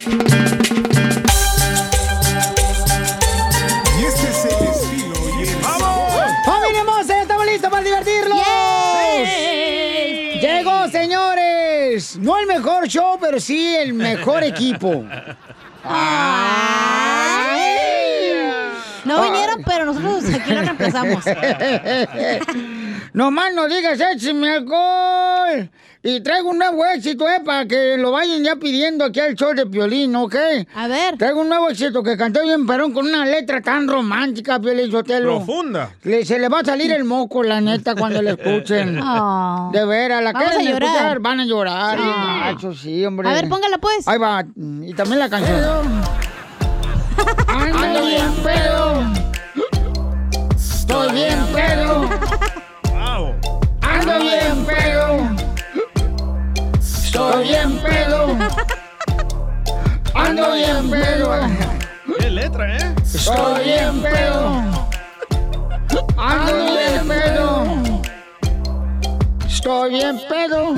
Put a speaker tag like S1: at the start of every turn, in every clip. S1: Y este es el estilo y el
S2: ¡Familia hermosa! ¡Estamos listos para divertirnos! ¡Llegó, señores! No el mejor show, pero sí el mejor equipo.
S3: No vinieron, pero nosotros aquí lo reemplazamos.
S2: No más no digas écheme alcohol. Y traigo un nuevo éxito, eh, para que lo vayan ya pidiendo aquí al show de Piolín, ¿ok? A ver. Traigo un nuevo éxito que canté bien perón con una letra tan romántica, Piolín Sotelo.
S1: Profunda.
S2: Le- se le va a salir el moco, la neta, cuando le escuchen.
S1: Oh.
S2: De veras, la
S1: Vamos
S2: quieren
S1: a llorar.
S2: escuchar, van a llorar.
S1: Sí.
S2: bien gacho, sí, hombre.
S1: A ver,
S2: póngala pues. Ahí va. Y también la canción.
S1: Ando bien pedo. Estoy bien pedo. Ando bien pedo. Estoy bien pedo. Ando bien pedo.
S4: ¡Qué letra, eh!
S1: Estoy bien pedo. Ando bien pedo.
S2: Estoy bien pedo.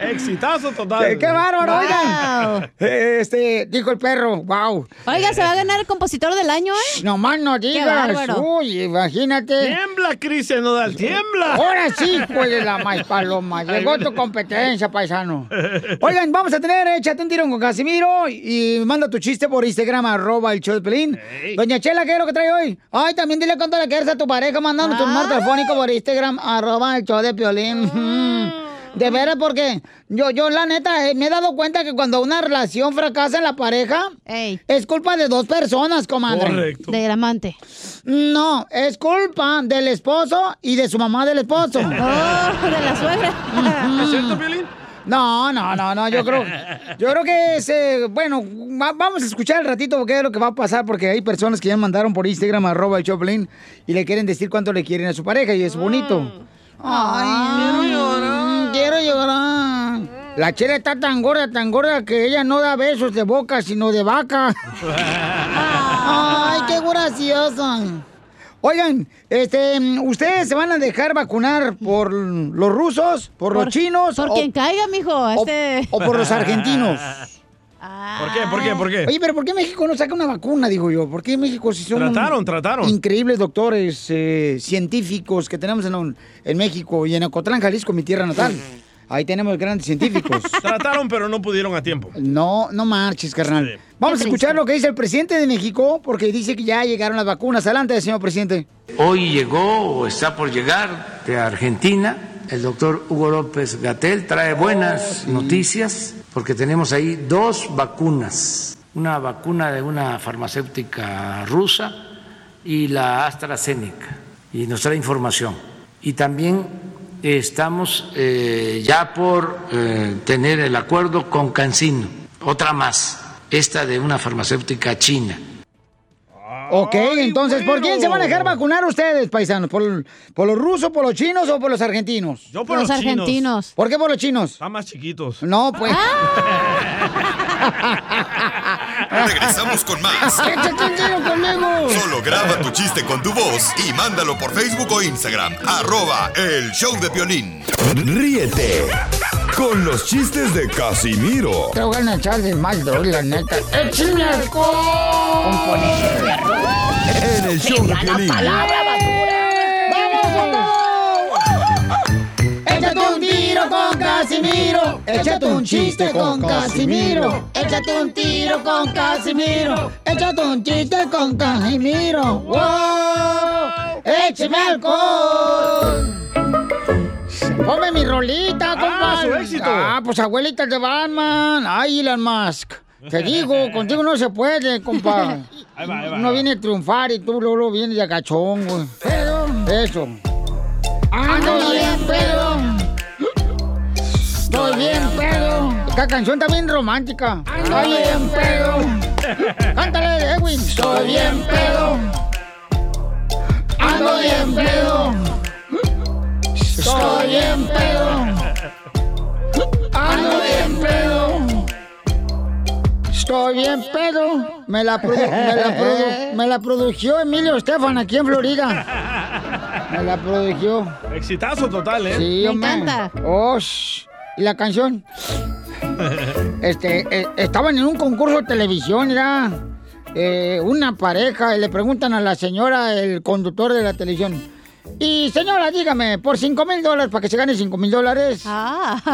S4: Exitazo total.
S2: ¡Qué bárbaro! Oigan. Eh, Este, dijo el perro, wow.
S3: Oiga, se va a ganar el compositor del año, ¿eh?
S2: No más no digas.
S3: bárbaro.
S2: Uy, imagínate.
S3: Tiembla,
S2: Cristian Nodal,
S3: tiembla.
S2: Ahora sí, pues de la más paloma. Llegó tu competencia, paisano. Oigan, vamos a tener, eh, échate un tiro con Casimiro y manda tu chiste por Instagram, arroba el show de Pelín. Doña Chela, ¿qué es lo que trae hoy? Ay, también dile cuánto le quieres a tu pareja, mandando tu número telefónico por Instagram, arroba el show de Piolín. Ujú. De veras, porque yo, yo la neta, eh, me he dado cuenta que cuando una relación fracasa en la pareja, es culpa de dos personas, comadre.
S3: Correcto.
S2: Del amante. No, es culpa del esposo y de su mamá del esposo. Oh, de la suegra.
S1: ¿Es cierto,
S2: No, no, no, no, yo creo, yo creo que es, eh, bueno, va- vamos a escuchar el ratito qué es lo que va a pasar, porque hay personas que ya mandaron por Instagram, arroba el Choplin, y le quieren decir cuánto le quieren a su pareja, y es bonito. Ay, quiero llorar. Quiero llorar. La chela está tan gorda, tan gorda, que ella no da besos de boca, sino de vaca. Ay, qué graciosa. Oigan, este, ¿ustedes se van a dejar vacunar por los rusos, por,
S3: Por-
S2: los chinos?
S3: por quien
S2: caiga, mijo. este O, por los argentinos.
S4: ¿Por qué? ¿Por qué? ¿Por qué?
S2: Oye, pero ¿por qué México no saca una vacuna, digo yo? ¿Por qué México si son...
S4: Trataron, trataron.
S2: Increíbles doctores, eh, científicos que tenemos en, en México y en Ocotlán, Jalisco, mi tierra natal. Ahí tenemos grandes científicos.
S4: Trataron, pero no pudieron a tiempo.
S2: No, no marches, carnal. Vamos a escuchar lo que dice el presidente de México, porque dice que ya llegaron las vacunas. Adelante, señor presidente.
S5: Hoy llegó o está por llegar de Argentina el doctor Hugo López Gatel. Trae buenas noticias porque tenemos ahí dos vacunas. Una vacuna de una farmacéutica rusa y la AstraZeneca. Y nos trae información. Y también estamos eh, ya por eh, tener el acuerdo con Cancino. Otra más. Esta de una farmacéutica china.
S2: ok, entonces, ¿por quién se van a dejar vacunar ustedes, paisanos? ¿Por, por los rusos, por los chinos o por los argentinos?
S4: Yo por Los los chinos. argentinos.
S2: ¿Por qué por los chinos?
S4: Están más chiquitos.
S2: No, pues.
S4: Ah.
S6: Regresamos con más.
S1: Échate un tiro conmigo.
S6: Solo graba tu chiste con tu voz y mándalo por Facebook o Instagram. Arroba el show de violín.
S7: Ríete con los chistes de Casimiro
S2: Te voy a echar de mal, doy, la neta. ¡Eh, ¡Échame
S7: en el show de Piolín.
S2: basura! ¡Vamos,
S1: Échate un tiro con Casimiro, échate un chiste con Casimiro, échate un tiro con Casimiro, échate un chiste con Casimiro. ¡Wow! ¡Échame alcohol!
S2: Ponme mi rolita, compa.
S1: su éxito.
S2: Ah, pues abuelita de Batman. Ay, Elon Musk. Te digo, contigo no se puede, compa.
S1: Ahí va, ahí va, ahí
S2: Uno
S1: va.
S2: viene a triunfar y tú luego vienes de agachón, güey. Eso.
S1: Ando bien pedo. Estoy bien pedo.
S2: Esta canción está bien romántica.
S1: Estoy bien pedo.
S2: Cántale, Edwin.
S1: Estoy bien pedo. Ando bien pedo. Estoy bien pedo.
S2: Ando bien pedo. Estoy bien pedo. Me la, produ- me la produ- me la produjo Emilio Estefan aquí en Florida. Me la produjo.
S4: Exitazo total, ¿eh?
S2: Sí, hombre. Oh, sh- ¿Y la canción? Este, eh, estaban en un concurso de televisión, era eh, una pareja, y le preguntan a la señora, el conductor de la televisión. Y señora, dígame, por 5 mil dólares, para que se gane 5 mil dólares,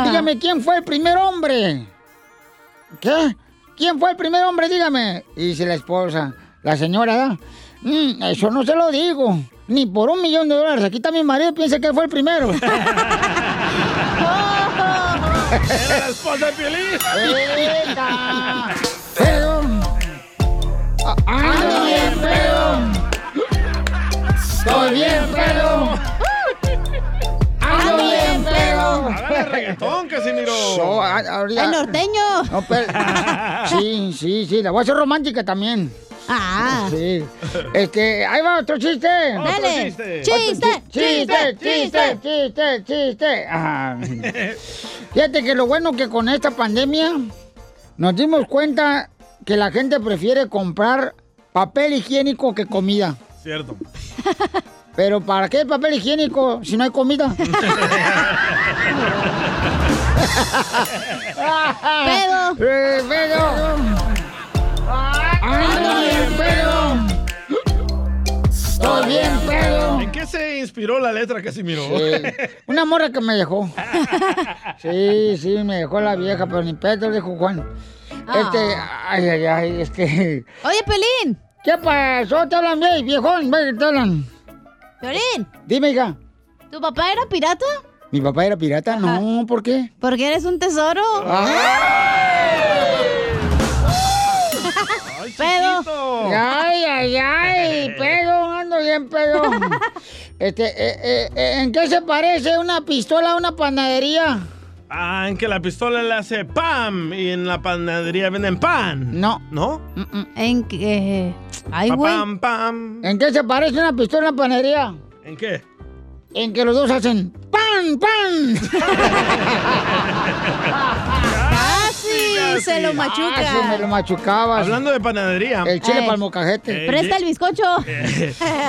S2: dígame quién fue el primer hombre. ¿Qué? ¿Quién fue el primer hombre? Dígame. Y dice la esposa, la señora, ¿da? "Mm, eso no se lo digo, ni por un millón de dólares. Aquí está mi marido, piensa que él fue el primero.
S1: Era la esposa de Piolín.
S2: Pedo.
S1: Ando bien pedo. Estoy bien pedo. Ando bien pedo.
S4: Hágale reggaetón, Casimiro.
S2: So- a- ahorita-
S3: El norteño.
S2: No, pero- sí, sí, sí, la voy a hacer romántica también.
S3: Ah.
S2: Sí. Este, ahí va otro chiste.
S3: Otro Dale. chiste. Chiste,
S2: Otro chi- chiste,
S3: chiste,
S2: chiste, chiste, chiste. Ah. Fíjate que lo bueno que con esta pandemia nos dimos cuenta que la gente prefiere comprar papel higiénico que comida.
S4: Cierto.
S2: Pero ¿para qué papel higiénico si no hay comida?
S1: Pedo.
S2: Eh, pedo.
S1: Ando bien pedo. Estoy bien pedo.
S4: ¿En qué se inspiró la letra, Casimiro?
S2: Una morra que me dejó. Sí, sí, me dejó la vieja, pero ni pedo, dijo Juan. Este,
S3: Ah.
S2: ay, ay, ay, este.
S3: Oye, Pelín.
S2: ¿Qué pasó? ¿Te hablan bien, viejón? Ve que ¿Te hablan?
S3: Pelín,
S2: Dime, hija,
S3: ¿tu papá era pirata?
S2: ¿mi papá era pirata? No, ¿por qué?
S3: Porque eres un tesoro.
S2: ¡Pedo! ¡Ay, ay, ay! ¡Pedo! ¡Ando bien, pedo! Este, eh, eh, eh, ¿en qué se parece una pistola a una panadería?
S4: Ah, en que la pistola le hace pam y en la panadería venden pan.
S2: No.
S4: ¿No?
S3: ¿En qué? Ay,
S4: Pa,
S3: güey.
S4: pam, pam.
S2: ¿En qué se parece una pistola a una panadería?
S4: ¿En qué?
S2: En que los dos hacen ¡Pan, pan!
S3: Ah, sí, se lo machuca.
S2: Ah, sí, me lo machucabas.
S4: Hablando de panadería.
S2: El chile
S3: Ay.
S2: para el mocajete.
S4: Eh,
S3: Presta
S4: lle-
S3: el bizcocho.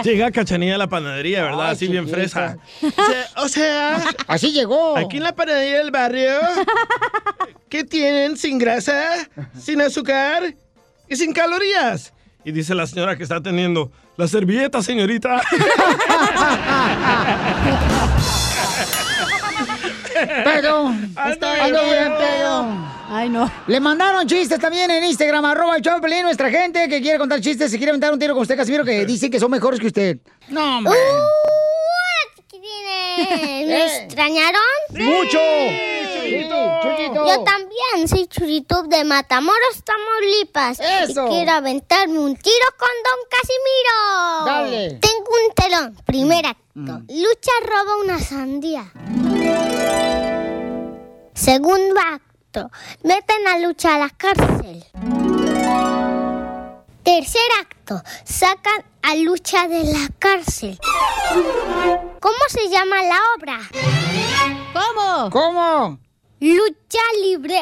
S4: Llega Cachanilla a la panadería, ¿verdad? Así bien fresa. O sea,
S2: Así llegó.
S4: Aquí en la panadería del barrio, ¿qué tienen sin grasa, sin azúcar y sin calorías? Y dice la señora que está atendiendo, la servilleta, señorita.
S2: Pedo.
S1: Ando
S2: Ando bien, pedo.
S3: Ay, no.
S2: Le mandaron chistes también en Instagram, arroba el show de Pelín, nuestra gente que quiere contar chistes, se quiere aventar un tiro con usted, Casimiro, que dice que son mejores que usted. No, hombre.
S8: ¡Uh! ¿Me
S2: Eh.
S8: extrañaron?
S2: ¡Mucho!
S8: Sí, Yo también soy Churito de Matamoros, Tamaulipas.
S2: ¡Eso!
S8: Y quiero aventarme un tiro con Don Casimiro.
S1: Dale.
S8: Tengo un telón. Primer acto. Lucha roba una sandía. Segundo acto. Meten a Lucha a la cárcel. Tercer acto. Sacan a Lucha de la cárcel. ¿Cómo se llama la obra?
S3: ¿Cómo?
S2: ¿Cómo?
S8: Lucha libre.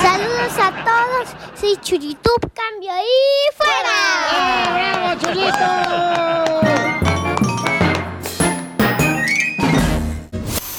S8: Saludos a todos. Soy Churitup, cambio y fuera.
S2: ¡Bravo, Churito!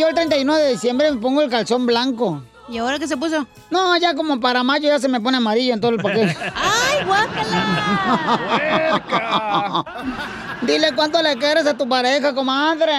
S2: yo el 31 de diciembre me pongo el calzón blanco.
S3: ¿Y ahora qué se puso?
S2: No, ya como para mayo ya se me pone amarillo en todo el paquete.
S3: ¡Ay, guácala!
S2: Dile cuánto le quieres a tu pareja, comadre.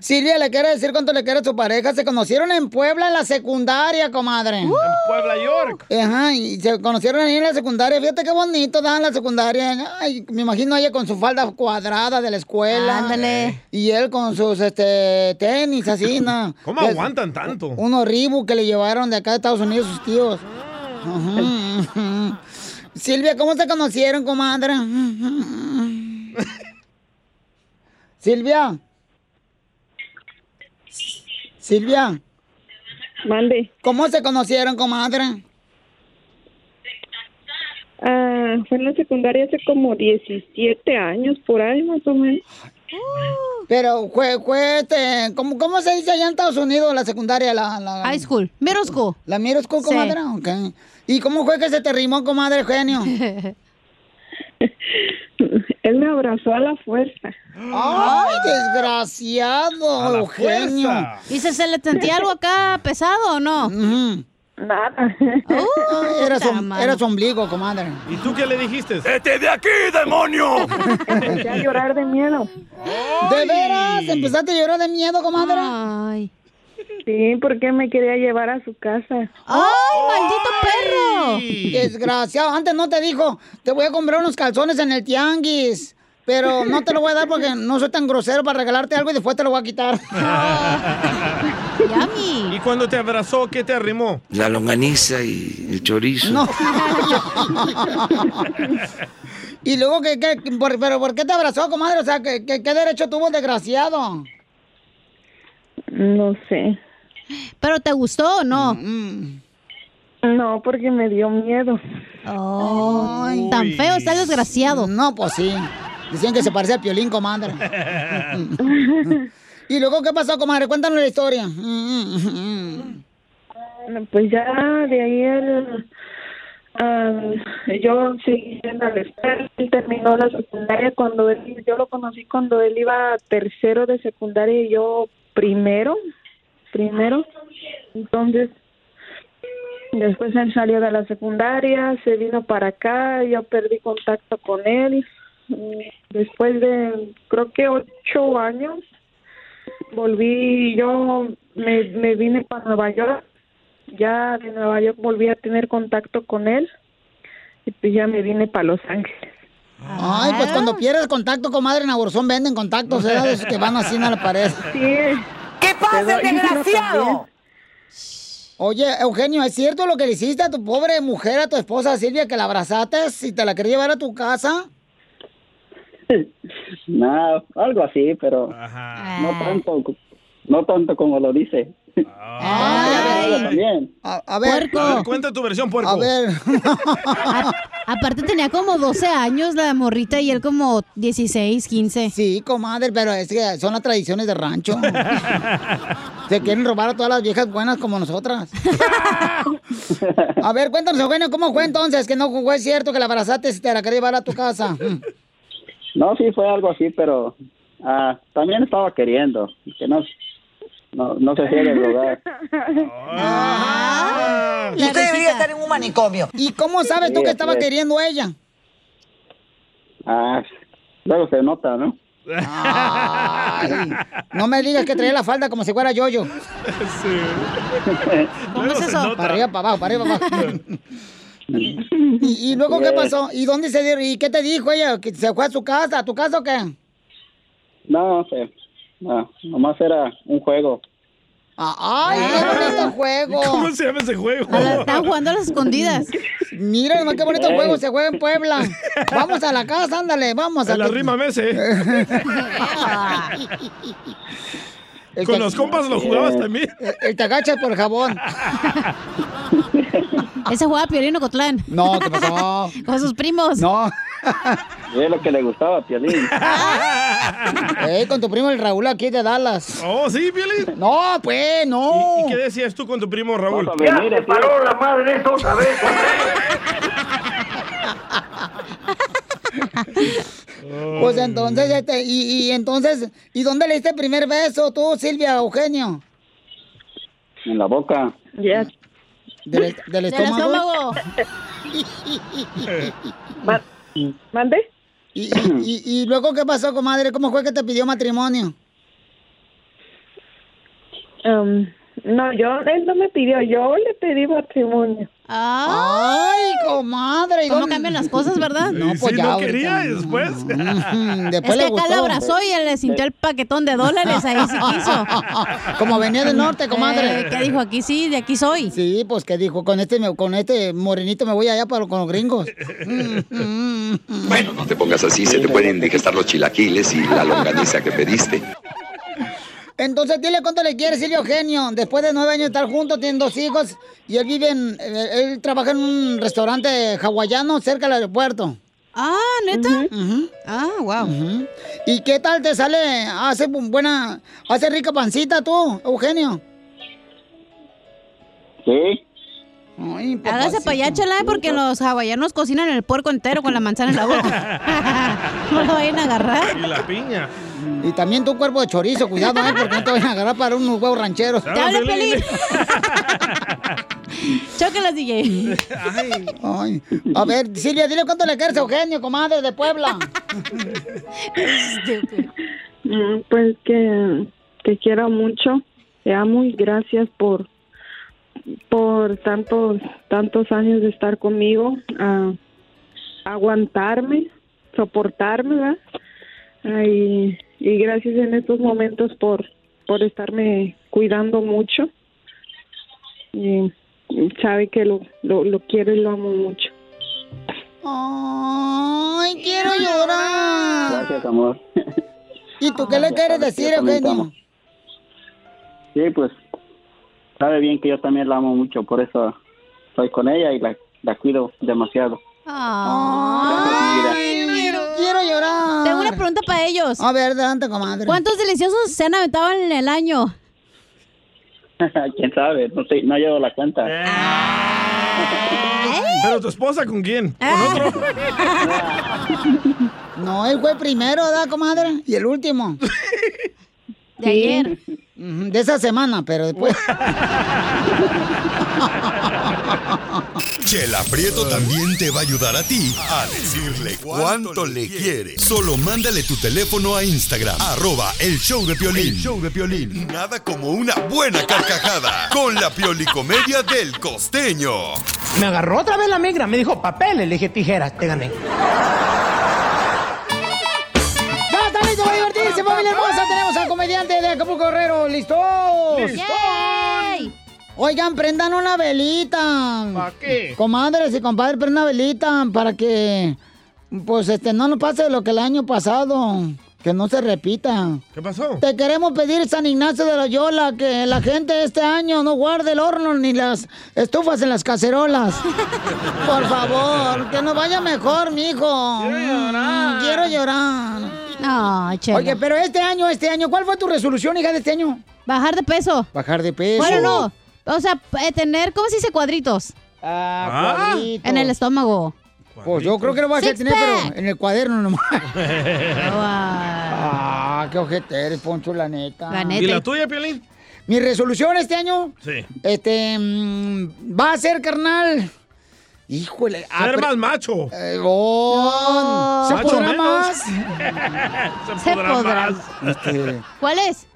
S2: Silvia le quiere decir cuánto le quiere a tu pareja. Se conocieron en Puebla en la secundaria, comadre.
S3: Uh.
S4: En Puebla, York.
S2: Ajá, y se conocieron ahí en la secundaria. Fíjate qué bonito dan la secundaria. Ay, me imagino ella con su falda cuadrada de la escuela.
S3: Ándale.
S2: Y él con sus este tenis así, ¿no? Pues,
S4: ¿Cómo
S2: Les-
S4: aguantan tanto?
S2: Unos ribu que le llevaron de acá de Estados Unidos sus tíos. Ajá. Silvia, ¿cómo se conocieron, comadre? Silvia. Silvia.
S9: Mande.
S2: ¿Cómo se conocieron, comadre?
S9: Ah, fue en la secundaria hace como 17 años, por ahí más o menos.
S2: Pero fue, fue, este, ¿cómo, ¿cómo se dice allá en Estados Unidos la secundaria? La, High
S3: school. Middle school.
S2: ¿La middle school,
S3: Sí.
S2: comadre? Ok. ¿Y cómo fue que se te rimó, comadre, genio?
S9: Él me abrazó a la fuerza.
S2: ¡Ay, desgraciado,
S9: A la
S2: Eugenio!
S9: fuerza.
S3: ¿Y se, se le sentía algo acá pesado o no?
S9: Nada.
S2: Era su, era su ombligo, comadre.
S4: ¿Y tú qué le dijiste?
S10: ¡Este de aquí, demonio!
S9: Empecé a llorar de miedo.
S2: ¿De veras? ¿Empezaste a llorar de miedo, comadre?
S3: Ay.
S9: Sí, porque me quería llevar a su casa.
S2: ¡Ay, maldito perro! Desgraciado, antes no te dijo, te voy a comprar unos calzones en el tianguis. Pero no te lo voy a dar porque no soy tan grosero para regalarte algo y después te lo voy a quitar.
S4: ¿Y cuando te abrazó, qué te arrimó?
S11: La longaniza y el chorizo.
S2: No. y luego, ¿qué, qué, por- ¿pero por qué te abrazó, comadre? O sea, ¿qué, qué, qué derecho tuvo el desgraciado?
S9: No sé. Mm.
S3: ¿Pero te gustó o no?
S9: No, porque me dio miedo.
S3: Oh, tan feo está el desgraciado.
S2: No, pues sí. Dicen que se parece a Piolín, comadre. ¿Y luego qué pasó, comadre? Cuéntanos la historia.
S9: Bueno, Pues ya de ahí el, am, yo seguí yendo a la escuela, él terminó la secundaria cuando él, yo lo conocí cuando él iba tercero de secundaria y yo primero, primero, entonces después él salió de la secundaria, se vino para acá, yo perdí contacto con él, Mm, después de creo que ocho años volví, yo me, me vine para Nueva York ya de Nueva York volví a tener contacto con él y pues ya me vine para Los Ángeles.
S2: Ay,
S9: Ah.
S2: pues cuando pierdes contacto, comadre, en Aborzón venden contactos, ¿eh? De esos que van así a la pared.
S9: ¿Qué
S2: pasa,
S9: desgraciado?
S2: Oye, Eugenio, ¿es cierto lo que le hiciste a tu pobre mujer, a tu esposa Silvia, que la abrazaste y te la quería llevar a tu casa?
S12: No, algo así, pero no
S2: Ah.
S12: tanto, no tanto como lo dice. Ah, También.
S2: A,
S4: ver, A ver, cuenta tu versión, puerco.
S3: A ver. aparte tenía como 12 años la morrita y él como 16, 15.
S2: Sí, comadre, pero es que son las tradiciones de rancho. Se quieren robar a todas las viejas buenas como nosotras. A ver, cuéntanos, Eugenio, ¿cómo fue entonces? Que no fue cierto que la abrazaste y te la quería llevar a tu casa. Mm.
S12: No, sí fue algo así, pero ah, también estaba queriendo que no, no, no se cierre el lugar.
S2: Usted debería estar en un manicomio. ¿Y cómo sabes tú
S12: Sí,
S2: que
S12: así
S2: estaba
S12: es.
S2: queriendo ella?
S12: Ah, luego se nota, ¿no?
S2: Ay, no me digas que traía la falda como si fuera yo-yo. ¿Cómo es eso? Para arriba, para abajo, para arriba, para abajo. ¿Y, y luego qué
S12: Bien.
S2: pasó? ¿Y dónde se dieron? ¿Y qué te dijo ella? ¿Que se fue a su casa? ¿A tu casa o qué?
S12: No, no sé. No, nomás era un juego.
S2: ¡Ay, qué bonito juego!
S4: ¿Cómo se llama ese juego?
S3: A la- Están jugando a las escondidas.
S2: Mira nomás qué bonito juego se juega en Puebla. Vamos a la casa, ándale, vamos a
S4: En la rima mese.
S2: El
S4: Con
S2: te-
S4: los compas lo jugabas también.
S2: El- El Eh, te agachas por jabón.
S3: Ese jugaba Piolín Ocotlán.
S2: No, ¿qué pasó?
S3: Con sus primos.
S2: No.
S12: Es lo que le gustaba a Piolín.
S2: Eh, con tu primo el Raúl aquí de Dallas. Oh, sí, Piolín. No, pues, no.
S4: ¿Y qué decías tú con tu primo Raúl?
S2: Vamos a venir Ya se aquí.
S13: pues.
S2: paró
S4: la madre esta otra vez.
S2: Pues entonces, este, y, y entonces, ¿y dónde le diste el primer beso tú, Silvia Eugenio?
S12: En la boca.
S9: Ya.
S2: ¿Del, del estómago?
S9: ¿Mande?
S2: ¿Y, y, y- y luego qué pasó, comadre? ¿Cómo fue que te pidió matrimonio?
S9: Um, no, yo,
S4: eh,
S9: él no me pidió, yo le pedí matrimonio.
S2: ¡Ay, comadre! ¿y
S3: ¿Cómo
S2: dónde-
S3: cambian las cosas, verdad?
S2: No, pues ya. ahorita no.
S4: después.
S2: Después
S3: es que
S2: le
S3: acá
S2: gustó.
S3: la abrazó y le sintió el paquetón de dólares, ahí sí quiso.
S2: Como venía del norte, comadre.
S3: Eh, ¿qué dijo?
S2: Aquí sí, de aquí soy. Sí, pues que dijo, con este, me- con este morenito me voy allá para, con los gringos.
S14: No te pongas así, se te pueden digestar los chilaquiles y la longaniza que pediste.
S2: Entonces dile cuánto le quieres, Silvio Eugenio. Después de nueve años de estar juntos, tienen dos hijos y él vive en, eh, él trabaja en un restaurante hawaiano cerca del aeropuerto. Ah, ¿neta? Ah, wow. ¿Y qué tal te sale? Hace bu- buena, hace rica pancita tú, Eugenio.
S12: Sí.
S2: Ay,
S3: Hágase
S2: papacito.
S3: para allá, chela, porque los hawaianos cocinan el puerco entero con la manzana en la boca. no lo vayan a agarrar.
S4: Y la piña.
S2: Y también tu cuerpo de chorizo, cuidado, ¿eh? porque no te vayan a agarrar para unos huevos rancheros.
S3: ¡Te hablo, Pelín!
S2: las DJ! Ay. A ver, Silvia, dile cuánto le quieres a Eugenio, comadre de Puebla.
S9: Mm, Pues que te quiero mucho, te amo y gracias por por tantos tantos años de estar conmigo, ah, aguantarme, soportarme, ¿verdad? Ah, y, y gracias en estos momentos por por estarme cuidando mucho. Y y sabe que lo, lo, lo quiero y lo amo mucho.
S2: Ay, quiero llorar.
S12: Gracias, amor.
S2: ¿Y tú qué le quieres decir,
S12: Yo también te
S2: Eugenio?
S12: amo. Sí, pues sabe bien que yo también la amo mucho, por eso estoy con ella y la, la cuido demasiado.
S3: Ay,
S2: quiero llorar.
S3: Tengo una pregunta para ellos. A
S2: ver, adelante, comadre.
S3: ¿Cuántos deliciosos se han aventado en el año?
S12: ¿Quién sabe? No, sé, no llevo la cuenta.
S4: Eh. ¿Pero tu esposa con quién? ¿Con
S3: Ah.
S4: otro?
S2: No, él fue primero, ¿verdad, comadre? Y el último.
S3: De ayer.
S2: De esa semana, pero después.
S6: Chela Prieto también te va a ayudar a ti a decirle cuánto le quiere. Solo mándale tu teléfono a Instagram, arroba el show de Piolín. show de Piolín. Nada como una buena carcajada con la piolicomedia del costeño.
S15: Me agarró otra vez la migra, me dijo papeles, le dije tijeras, te gané.
S2: ¡Ya está listo para divertirse, familia hermosa! Tenemos al comediante de Acapulco Guerrero. ¡Listos! Oigan, prendan una velita. ¿Para
S4: qué?
S2: Comadres y compadres, prendan una velita para que, pues, este, no nos pase lo que el año pasado. Que no se repita.
S4: ¿Qué pasó?
S2: Te queremos pedir, San Ignacio de Loyola, que la gente este año no guarde el horno ni las estufas en las cacerolas. Por favor, que nos vaya mejor, mijo. Quiero
S3: Mm,
S2: llorar. Quiero llorar. Oye, pero este año, este año, ¿cuál fue tu resolución, hija, de este año?
S3: Bajar de peso.
S2: Bajar de peso.
S3: Bueno, no. O sea, eh, tener, ¿cómo se dice cuadritos?
S2: Ah, cuadritos.
S3: En el estómago.
S2: Pues yo creo que lo vas a
S3: Six
S2: tener, pero
S3: pack.
S2: en el cuaderno nomás. ah, qué ojete eres, Poncho, la neta.
S3: La neta. ¿Y la
S4: tuya, Piolín?
S2: Mi resolución este año,
S4: Sí.
S2: este, mm, va a ser, carnal. Híjole.
S4: Ser
S2: apre-
S4: más macho.
S2: Eh, oh, ¿Se
S4: Macho
S2: podrá
S4: menos.
S2: más?
S4: Se podrá podrá. más.
S2: este, ¿Cuál es?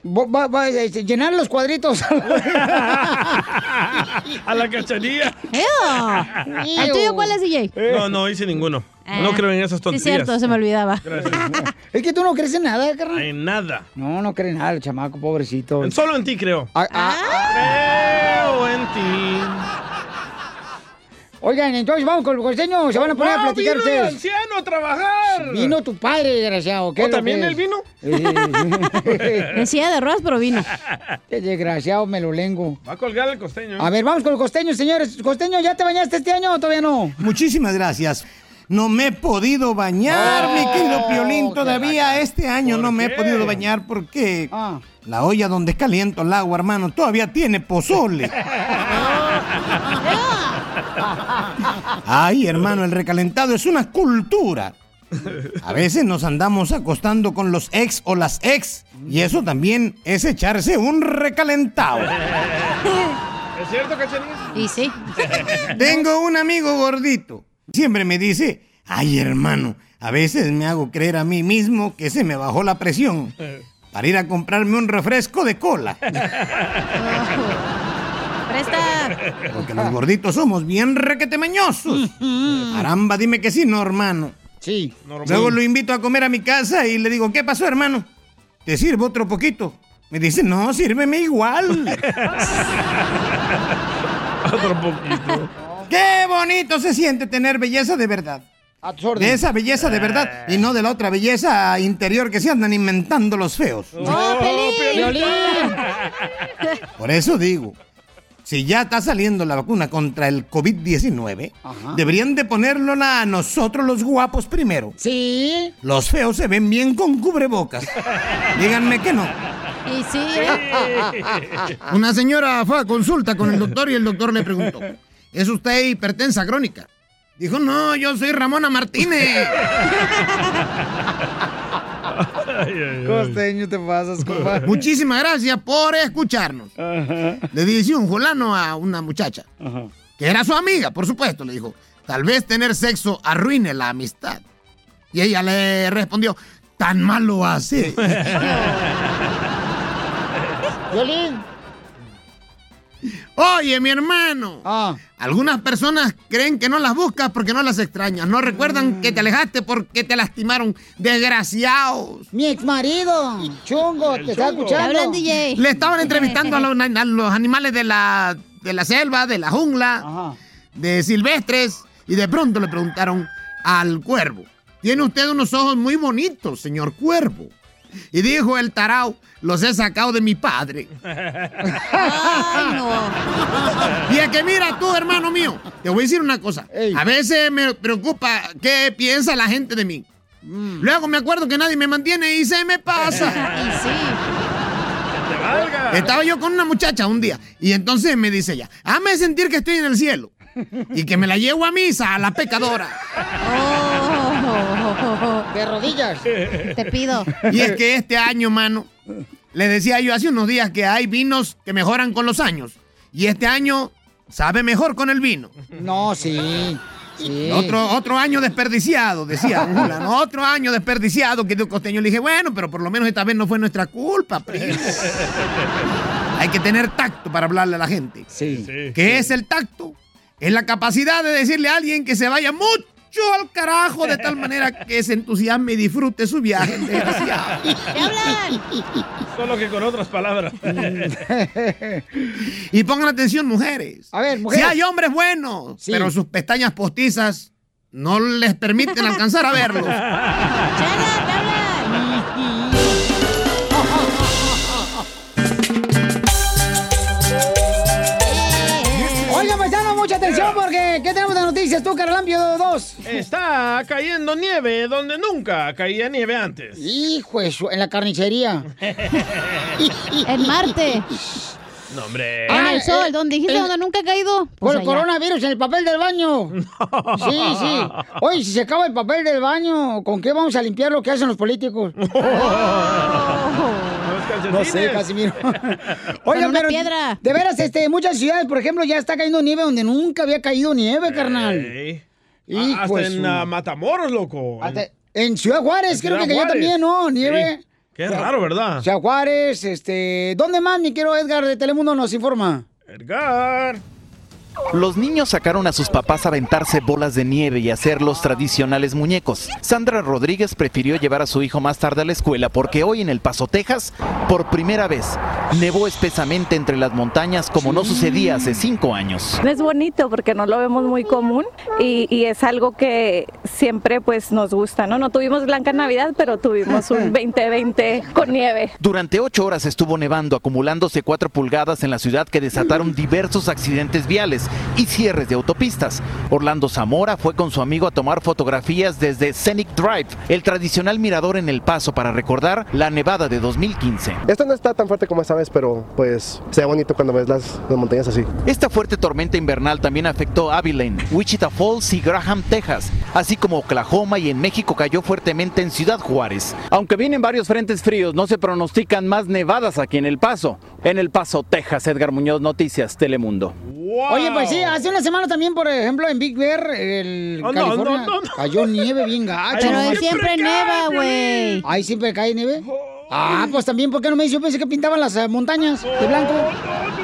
S2: llenar los cuadritos.
S4: a la cachanilla.
S3: ¡Ew! ¿El tuyo cuál es, DJ?
S4: No, no hice ninguno. No
S3: Ah.
S4: creo en esas
S3: Sí,
S4: tonterías.
S3: es cierto, se me olvidaba.
S2: Es que tú no crees en nada, carnal.
S4: En nada.
S2: No, no cree en nada el chamaco, pobrecito.
S4: Solo en ti creo.
S2: Ah, ah,
S4: Creo en ti.
S2: Oigan, entonces vamos con el costeño, se van a poner a
S4: ¡Wow,
S2: platicar
S4: Ah, vino el
S2: ustedes.
S4: anciano a trabajar!
S2: Vino tu padre, desgraciado. ¿Qué
S4: ¿O
S2: es lo
S4: también
S2: que
S4: él vino?
S2: es?
S3: Decía de ruedas, pero vino.
S2: Qué desgraciado, me lo lengo.
S4: Va a colgar el costeño.
S2: A ver, vamos con el costeño, señores. Costeño, ¿ya te bañaste este año o todavía no?
S16: Muchísimas gracias. No me he podido bañar,
S2: Oh,
S16: mi querido Piolín.
S2: qué
S16: Todavía este año no me he podido bañar porque
S4: Ah.
S16: la olla donde caliento el agua, hermano, todavía tiene pozole. Ay, hermano, el recalentado es una cultura. A veces nos andamos acostando con los ex o las ex y eso también es echarse un recalentado.
S4: ¿Es cierto, cachanilla?
S3: Y sí.
S16: Tengo un amigo gordito. Siempre me dice, ay hermano, a veces me hago creer a mí mismo que se me bajó la presión para ir a comprarme un refresco de cola.
S3: Presta.
S16: Porque los gorditos somos bien requetemeñosos. Caramba, dime que sí, no hermano.
S2: Sí,
S16: Luego lo invito a comer a mi casa y le digo, ¿qué pasó hermano? ¿Te sirvo otro poquito? Me dice, no, sírveme igual.
S4: Otro poquito.
S16: Qué bonito se siente tener belleza de verdad. De esa belleza de verdad y no de la otra belleza interior que se andan inventando los feos.
S3: ¡Oh, Pelín!
S16: Por eso digo, si ya está saliendo la vacuna contra el COVID-19,
S1: Ah.
S2: Ajá.
S16: deberían de ponérnosla a nosotros los guapos primero.
S2: Sí.
S16: Los feos se ven bien con cubrebocas. Díganme que no.
S3: Y sí. ¿eh?
S1: Ah.
S16: Una señora fue a consulta con el doctor y el doctor le preguntó, ¿es usted hipertensa crónica? Dijo, no, yo soy Ramona Martínez.
S2: Costeño, te pasas, compadre.
S16: Muchísimas gracias por escucharnos. Le dice un fulano a una muchacha, que era su amiga, por supuesto, le dijo, tal vez tener sexo arruine la amistad. Y ella le respondió, tan mal lo hace.
S2: Violín.
S16: Oye, mi hermano.
S2: Ah.
S16: Algunas personas creen que no las buscas porque no las extrañas. No
S2: Mm.
S16: recuerdan que te alejaste porque te lastimaron. Desgraciados.
S2: Mi ex marido. Chungo, te está
S16: chungo.
S2: escuchando.
S16: Hablan, DJ. Le estaban entrevistando a los, a los animales de la, de la selva, de la jungla, de silvestres, y de pronto le preguntaron al cuervo, tiene usted unos ojos muy bonitos, señor cuervo. Y dijo el tarao, los he sacado de mi padre. Y es que mira tú, hermano mío, te voy a decir una cosa. A veces me preocupa qué piensa la gente de mí.
S2: Mm.
S16: Luego me acuerdo que nadie me mantiene y se me pasa. Estaba yo con una muchacha un día y entonces me dice ella, hazme sentir que estoy en el cielo y que me la llevo a misa, a la pecadora.
S2: Oh, De rodillas. Te
S3: pido.
S16: Y es que este año, mano, le decía yo hace unos días que hay vinos que mejoran con los años y este año sabe mejor con el vino.
S2: No, sí. sí.
S16: Otro, otro año desperdiciado, decía un fulano, Otro año desperdiciado que yo costeño le dije, bueno, pero por lo menos esta vez no fue nuestra culpa, primo. Hay que tener tacto para hablarle a la gente.
S2: Sí.
S16: ¿Qué es el tacto? Es la capacidad de decirle a alguien que se vaya mucho al carajo de tal manera que se entusiasme y disfrute su viaje. desgraciado.
S4: Solo que con otras palabras.
S16: y pongan atención, mujeres. A ver,
S4: mujeres.
S16: Si hay hombres buenos,
S4: Sí.
S16: pero sus pestañas postizas no les permiten alcanzar a verlos.
S2: Oiga, paisano, mucha atención porque ¿qué tenemos de noticias tú, Carlampio 2?
S4: Está cayendo nieve donde nunca caía nieve antes.
S2: Hijo de su- en la carnicería.
S3: En Marte.
S4: No, hombre.
S3: Ah, el sol, donde dijiste
S2: eh,
S3: donde nunca ha caído.
S2: Por
S3: Pues
S2: el
S3: allá.
S2: coronavirus en el papel del baño. Sí, sí. Oye, si se acaba el papel del baño, ¿con qué vamos a limpiar lo que hacen los políticos? No sé, Casimiro. Oigan,
S3: una
S2: pero
S3: piedra.
S2: de veras, este, muchas ciudades, por ejemplo, ya está cayendo nieve donde nunca había caído nieve, carnal.
S4: Ey.
S2: Hijo
S4: Ah, hasta
S2: de
S4: en
S2: su-
S4: ah, Matamoros, loco.
S2: Hasta- en Ciudad Juárez,
S4: En
S2: creo
S4: Ciudad
S2: que cayó
S4: Juárez.
S2: también, ¿no? Nieve.
S4: Sí. Qué raro, ¿verdad?
S2: Ciudad Juárez, este, ¿dónde más, mi quiero Edgar de Telemundo nos informa?
S4: Edgar.
S17: Los niños sacaron a sus papás a aventarse bolas de nieve y hacer los tradicionales muñecos. Sandra Rodríguez prefirió llevar a su hijo más tarde a la escuela porque hoy en El Paso, Texas, por primera vez, nevó espesamente entre las montañas como no sucedía hace cinco años.
S18: Es bonito porque no lo vemos muy común y, y es algo que siempre pues nos gusta, ¿no? No tuvimos Blanca Navidad, pero tuvimos un 2020 con nieve.
S17: Durante ocho horas estuvo nevando, acumulándose cuatro pulgadas en la ciudad que desataron diversos accidentes viales y cierres de autopistas. Orlando Zamora fue con su amigo a tomar fotografías desde Scenic Drive, el tradicional mirador en El Paso para recordar la nevada de 2015.
S19: Esta no está tan fuerte como esta vez, pero pues se ve bonito cuando ves las, las montañas así.
S17: Esta fuerte tormenta invernal también afectó Abilene, Wichita Falls y Graham, Texas, así como Oklahoma y en México cayó fuertemente en Ciudad Juárez.
S20: Aunque vienen varios frentes fríos, no se pronostican más nevadas aquí en El Paso. En El Paso, Texas, Edgar Muñoz, Noticias, Telemundo.
S2: Oye, pues sí, hace una semana también, por ejemplo, en Big Bear, el
S3: Oh, no,
S2: California,
S3: no, no, no.
S2: cayó nieve bien gacha.
S3: Pero ahí siempre neva, güey.
S2: Ahí siempre cae nieve. Ah, pues también, ¿por qué no me dice? Yo pensé que pintaban las eh, montañas de blanco.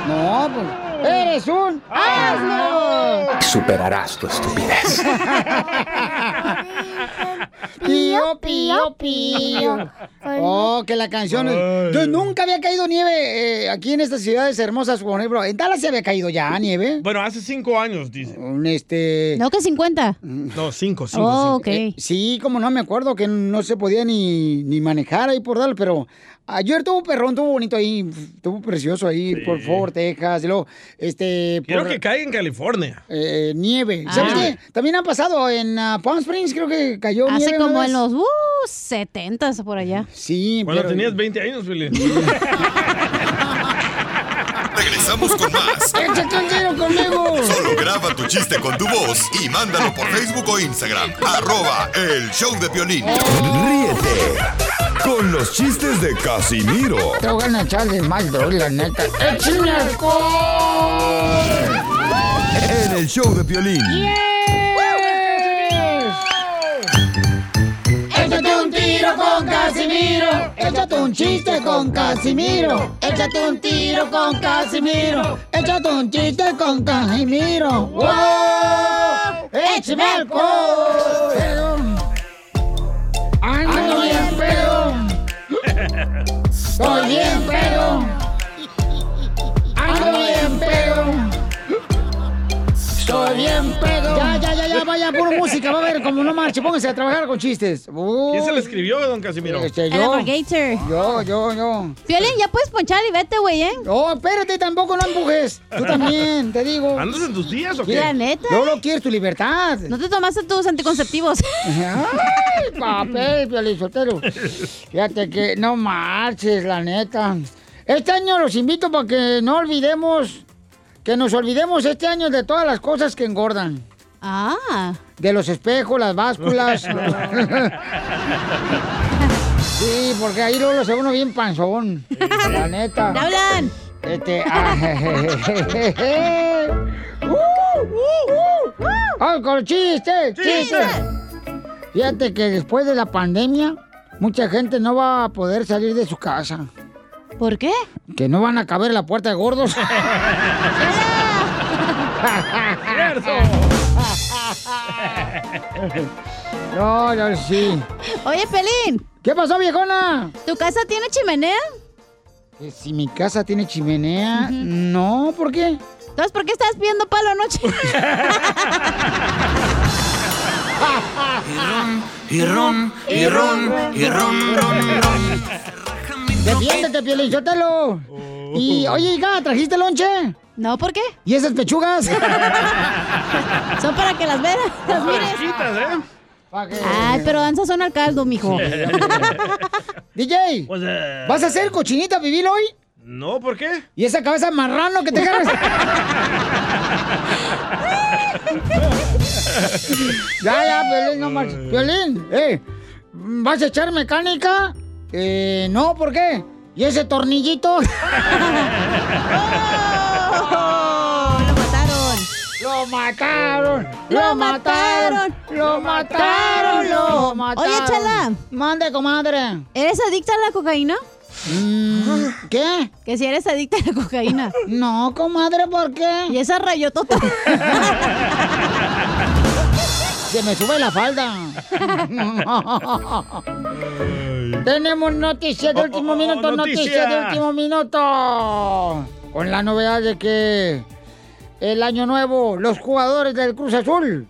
S2: No, pues. ¡Eres un asno!
S15: Superarás tu estupidez.
S2: Pío, pío, pío. Oh, que la canción. es- Yo nunca había caído nieve eh, aquí en estas ciudades hermosas, por ejemplo. En Dallas se había caído ya nieve.
S4: Bueno, hace cinco años, dice.
S2: Este.
S3: No, que 50.
S4: No, cinco, cinco.
S2: Oh,
S4: cinco. Eh,
S2: ok. sí, como no me acuerdo que no se podía ni, ni manejar ahí por Dallas, pero ayer tuvo un perrón, tuvo bonito ahí, tuvo precioso ahí por Fort Texas, y luego, este,
S4: Quiero
S2: por
S4: que caiga en California.
S2: eh, nieve. ¿Sabes
S4: Nieve.
S2: qué? También ha pasado en ah, Palm Springs, creo que cayó nieve.
S3: Hace
S2: una
S3: como
S2: vez.
S3: en los uh, 70 por allá.
S2: Sí,
S4: Cuando
S2: pero-
S4: tenías 20 años, Felipe.
S6: Regresamos con más.
S2: ¡Échate un tiro conmigo!
S6: Solo graba tu chiste con tu voz y mándalo por Facebook o Instagram. Arroba el show de violín.
S21: Ríete con los chistes de Casimiro
S2: Te voy a echar de mal, bro, la neta. ¡Échame alcohol!
S21: en el show de violín.
S1: Échate un tiro con Casimiro.
S2: Échate un chiste con Casimiro. Échate un tiro con Casimiro. Échate un chiste con Casimiro. ¡Wow! ¡Échame alcohol! Ando bien pedo. Estoy bien pedo. Ando bien pedo. Estoy bien pedo. Ya, ya, ya, ya, vaya, puro música. Va a ver, como no marche, pónganse a trabajar con chistes.
S4: ¿Quién se lo
S2: Uy.
S4: escribió, don Casimiro?
S2: Este, yo. Yo, yo, yo.
S3: Violín, ya puedes ponchar y vete, güey, ¿eh?
S2: No, espérate, tampoco no empujes. Tú también, te digo.
S4: ¿Andas en tus días o qué?
S3: La neta.
S2: No lo quieres tu libertad.
S3: No te tomaste tus anticonceptivos.
S2: Ay, papel, piolizotero. Fíjate que no marches, la neta. Este año los invito para que no olvidemos, que nos olvidemos este año de todas las cosas que engordan.
S3: Ah.
S2: De los espejos, las básculas. sí, porque ahí luego lo se uno bien panzón. La neta.
S3: ¡Te hablan!
S2: Este. ah, ¡Uh, uh, uh! ¡Ay, con chiste! ¡Chiste! Fíjate que después de la pandemia, mucha gente no va a poder salir de su casa.
S3: ¿Por qué?
S2: Que no van a caber en la puerta de gordos. No, no, sí.
S3: Oye, Pelín.
S2: ¿Qué pasó, viejona?
S3: ¿Tu casa tiene chimenea?
S2: Eh, Si mi casa tiene chimenea, no, ¿por qué?
S3: Entonces, ¿por qué estás pidiendo palo anoche?
S2: Ah.
S1: Y ron, y ron, y ron, ron, ron.
S2: Defiéndete, Piolín, chótalo. Y, oye, hija, ¿trajiste lonche?
S3: No, ¿por qué?
S2: ¿Y esas pechugas?
S3: Son para que las veas, las mires.
S2: ¿eh?
S3: Ay, pero danzas son al caldo, mijo.
S2: DJ, ¿vas a hacer cochinita vivir hoy?
S4: No, ¿por qué?
S2: ¿Y esa cabeza de marrano que te agarras? ya, ya, Piolín, no marches. Piolín, eh, ¿vas a echar mecánica? Eh, no, ¿por qué? ¿Y ese tornillito?
S3: ¡Lo mataron!
S2: ¡Lo mataron! ¡Lo mataron! ¡Lo mataron! ¡Lo mataron!
S3: Oye, Chala.
S2: Mande, Ah, comadre. Mm,
S3: ¿Eres adicta a la cocaína?
S2: qué?
S3: Que si eres adicta a la cocaína.
S2: No, comadre, ¿por qué?
S3: Y esa rayotota.
S2: Se me sube la falda. Tenemos noticias de
S4: Oh,
S2: último minuto, noticias
S1: noticia.
S2: de último minuto. Con la novedad de que el año nuevo, los jugadores del Cruz Azul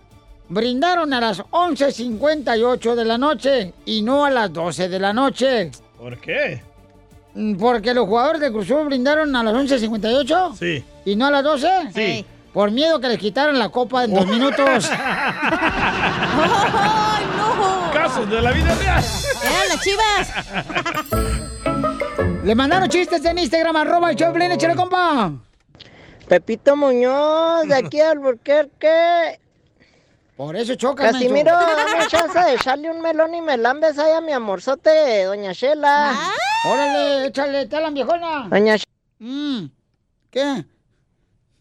S2: brindaron a las 11.58 de la noche y no a las 12 de la noche.
S4: ¿Por qué?
S2: Mm, Porque los jugadores de Cruz Azul brindaron a las 11.58
S4: Sí.
S2: y no a las 12.
S4: Sí. Oh.
S2: Por miedo que les quitaran la copa en dos minutos.
S3: ¡Ay, no!
S4: Casos de la vida real.
S3: ¡Eran las chivas!
S2: Le mandaron chistes en Instagram, arroba el show de Piolín, échale, compa. Pepito Muñoz, de aquí al
S22: ¿Qué?
S2: Por eso chocan,
S22: Casimiro,
S2: menso.
S22: dame chance de echarle un melón y me lambes ahí a mi amorzote, doña Shela.
S2: Órale, échale, te la viejona.
S22: Doña Sh-
S2: Mm, ¿Qué?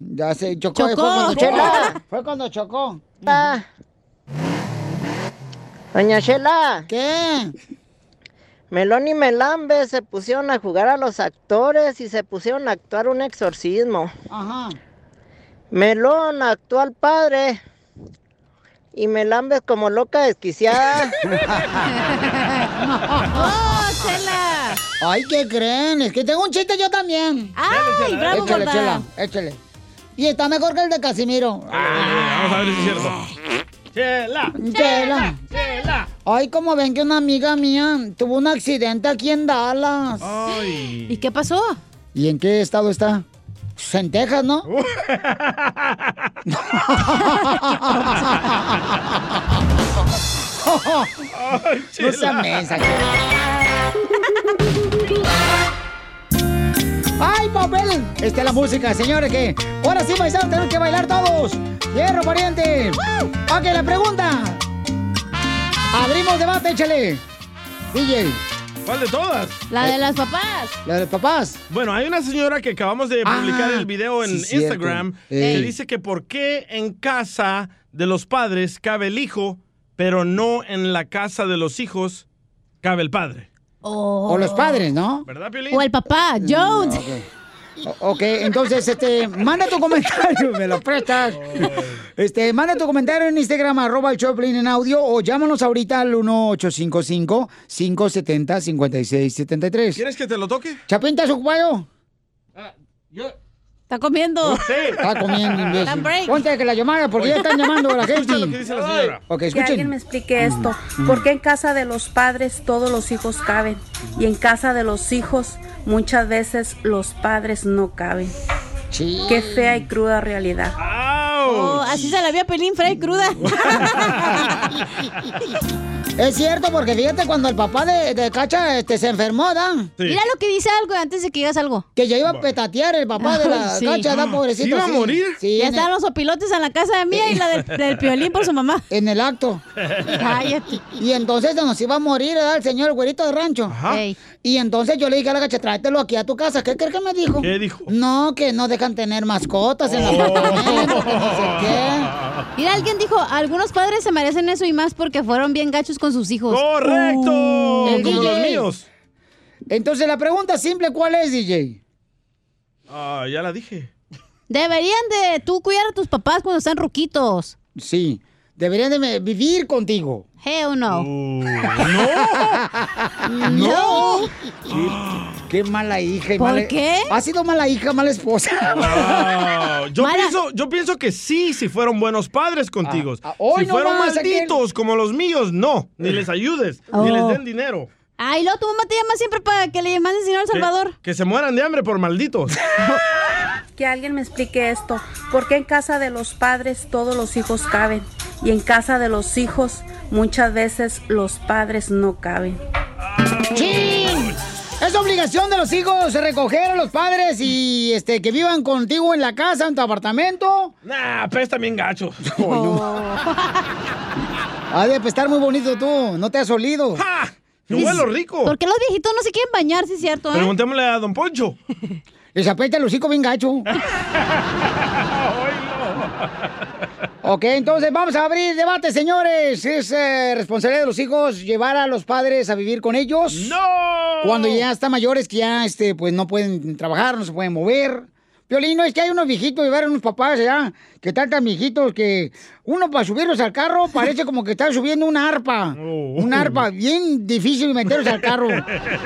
S2: Ya se chocó.
S22: Chocó.
S2: Fue cuando chocó.
S22: Chela.
S2: Fue cuando chocó.
S22: Ah. Doña Shela.
S2: ¿Qué?
S22: Melón y Melambe se pusieron a jugar a los actores y se pusieron a actuar un exorcismo.
S2: Ajá.
S22: Melón actuó al padre y Melambe como loca desquiciada.
S2: ¡Oh, Chela! Ay, ¿qué creen? Es que tengo un chiste yo también.
S3: Dale, Chela, bravo,
S2: échale,
S3: gorda.
S2: Chela, échale. Y está mejor que el de Casimiro.
S4: Vamos a ver si es cierto. Chela.
S2: Chela. Ay, como ven que una amiga mía tuvo un accidente aquí en Dallas. ¿Y qué pasó? ¿Y en qué estado está? Pues en Texas, ¿no? no sea mensa, ¡Ay, papel! Esta es la música, señores, que ahora sí, paisanos, tenemos que bailar todos. ¡Hierro, pariente! Ok, la pregunta. Abrimos debate, échale. DJ.
S4: ¿Cuál de todas?
S3: La de las papás.
S2: La de los papás.
S4: Bueno, hay una señora que acabamos de publicar
S2: Ah,
S4: el video en
S2: sí, cierto.
S4: Instagram
S2: Ey.
S4: que dice que por qué en casa de los padres cabe el hijo, pero no en la casa de los hijos cabe el padre.
S2: O los padres, ¿no?
S4: ¿Verdad, Piolín?
S3: O el papá, Jones.
S2: O- Ah, ok, entonces, este, manda tu comentario, me lo prestas. Este, manda tu comentario en Instagram, arroba el Choplin en audio, o llámanos ahorita al 1855-570-5673.
S4: ¿Quieres que te lo toque?
S2: Chapín, ¿estás ocupado?
S3: Está comiendo.
S2: Está comiendo,
S3: Dan break.
S2: imbécil. Ponte que la llamada, porque ya están llamando a la gente. Ok,
S23: Que alguien me
S2: escuchen. Mm,
S23: explique esto. ¿Por qué en casa de los padres todos los hijos caben? Y en casa de los hijos muchas veces los padres no caben. Qué fea y cruda realidad.
S3: Oh, así se la vi a Pelín Frey cruda.
S2: Es cierto, porque fíjate cuando el papá de, de Cacha este, se enfermó, ¿dan?
S3: Mira lo que dice algo antes de que digas algo. Ah.
S2: Que ya iba a petatear el papá de la Cacha, ¿dan? Pobrecito. sí. Sí,
S3: ya
S2: en el-
S3: están los opilotes en la casa de mía y la del, del piolín por su mamá.
S2: En el acto.
S3: Cállate.
S2: Y entonces nos iba a morir ¿verdad? el señor, el güerito de rancho.
S3: Ey.
S2: Y entonces yo le dije a la gacha, tráetelo aquí a tu casa. ¿Qué crees que me dijo?
S4: ¿Qué dijo? Oh.
S2: No, que no dejan tener mascotas en la apartamento, que no sé qué.
S3: Mira, alguien dijo, algunos padres se merecen eso y más porque fueron bien gachos con sus hijos. Uh,
S4: ¡Correcto!
S2: El
S4: como los
S2: DJ.
S4: míos.
S2: Entonces la pregunta simple, ¿cuál es, DJ?
S4: Ah, ya la dije.
S3: Deberían de tú cuidar a tus papás cuando están ruquitos.
S2: Sí. Deberían de me- vivir contigo. Uh.
S3: Hell no.
S2: no. no. Qué, qué mala hija. y
S3: ¿Por
S2: mala-
S3: qué?
S2: Ha sido mala hija, mala esposa.
S4: Wow. Yo, pienso, yo pienso que sí, si fueron buenos padres contigo.
S2: Ah, hoy
S4: si fueron
S2: nomás, Eh.
S4: malditos como los míos, no. Ni les ayudes,
S3: Oh.
S4: ni les den dinero.
S3: Ay, luego tu mamá te llama siempre para que le mandes dinero al
S4: Que-
S3: Salvador.
S4: Que, se mueran de hambre por malditos.
S23: Que alguien me explique esto. ¿Por qué en casa de los padres todos los hijos caben? Y en casa de los hijos muchas veces los padres no caben.
S2: ¡Chin! Es obligación de los hijos recoger a los padres y este que vivan contigo en la casa, en tu apartamento.
S4: nah,
S2: pues,
S4: apesta bien gacho.
S2: Ha de estar muy bonito tú, no te has olido.
S4: ¡Yo huelo rico!
S3: ¿Por qué los viejitos no se quieren bañar, sí es cierto, eh?
S4: Preguntémosle a Don Poncho.
S2: Les apesta el hocico bien gacho. Ok, entonces vamos a abrir debate, señores. ¿Es eh, responsabilidad de los hijos llevar a los padres a vivir con ellos?
S4: ¡No!
S2: Cuando ya están mayores que ya este, pues no pueden trabajar, no se pueden mover. Violín, no es que hay unos viejitos, llevaron unos papás ya, que están tan viejitos que uno para subirlos al carro parece como que está subiendo una arpa.
S4: Oh.
S2: Una arpa bien difícil meterlos al carro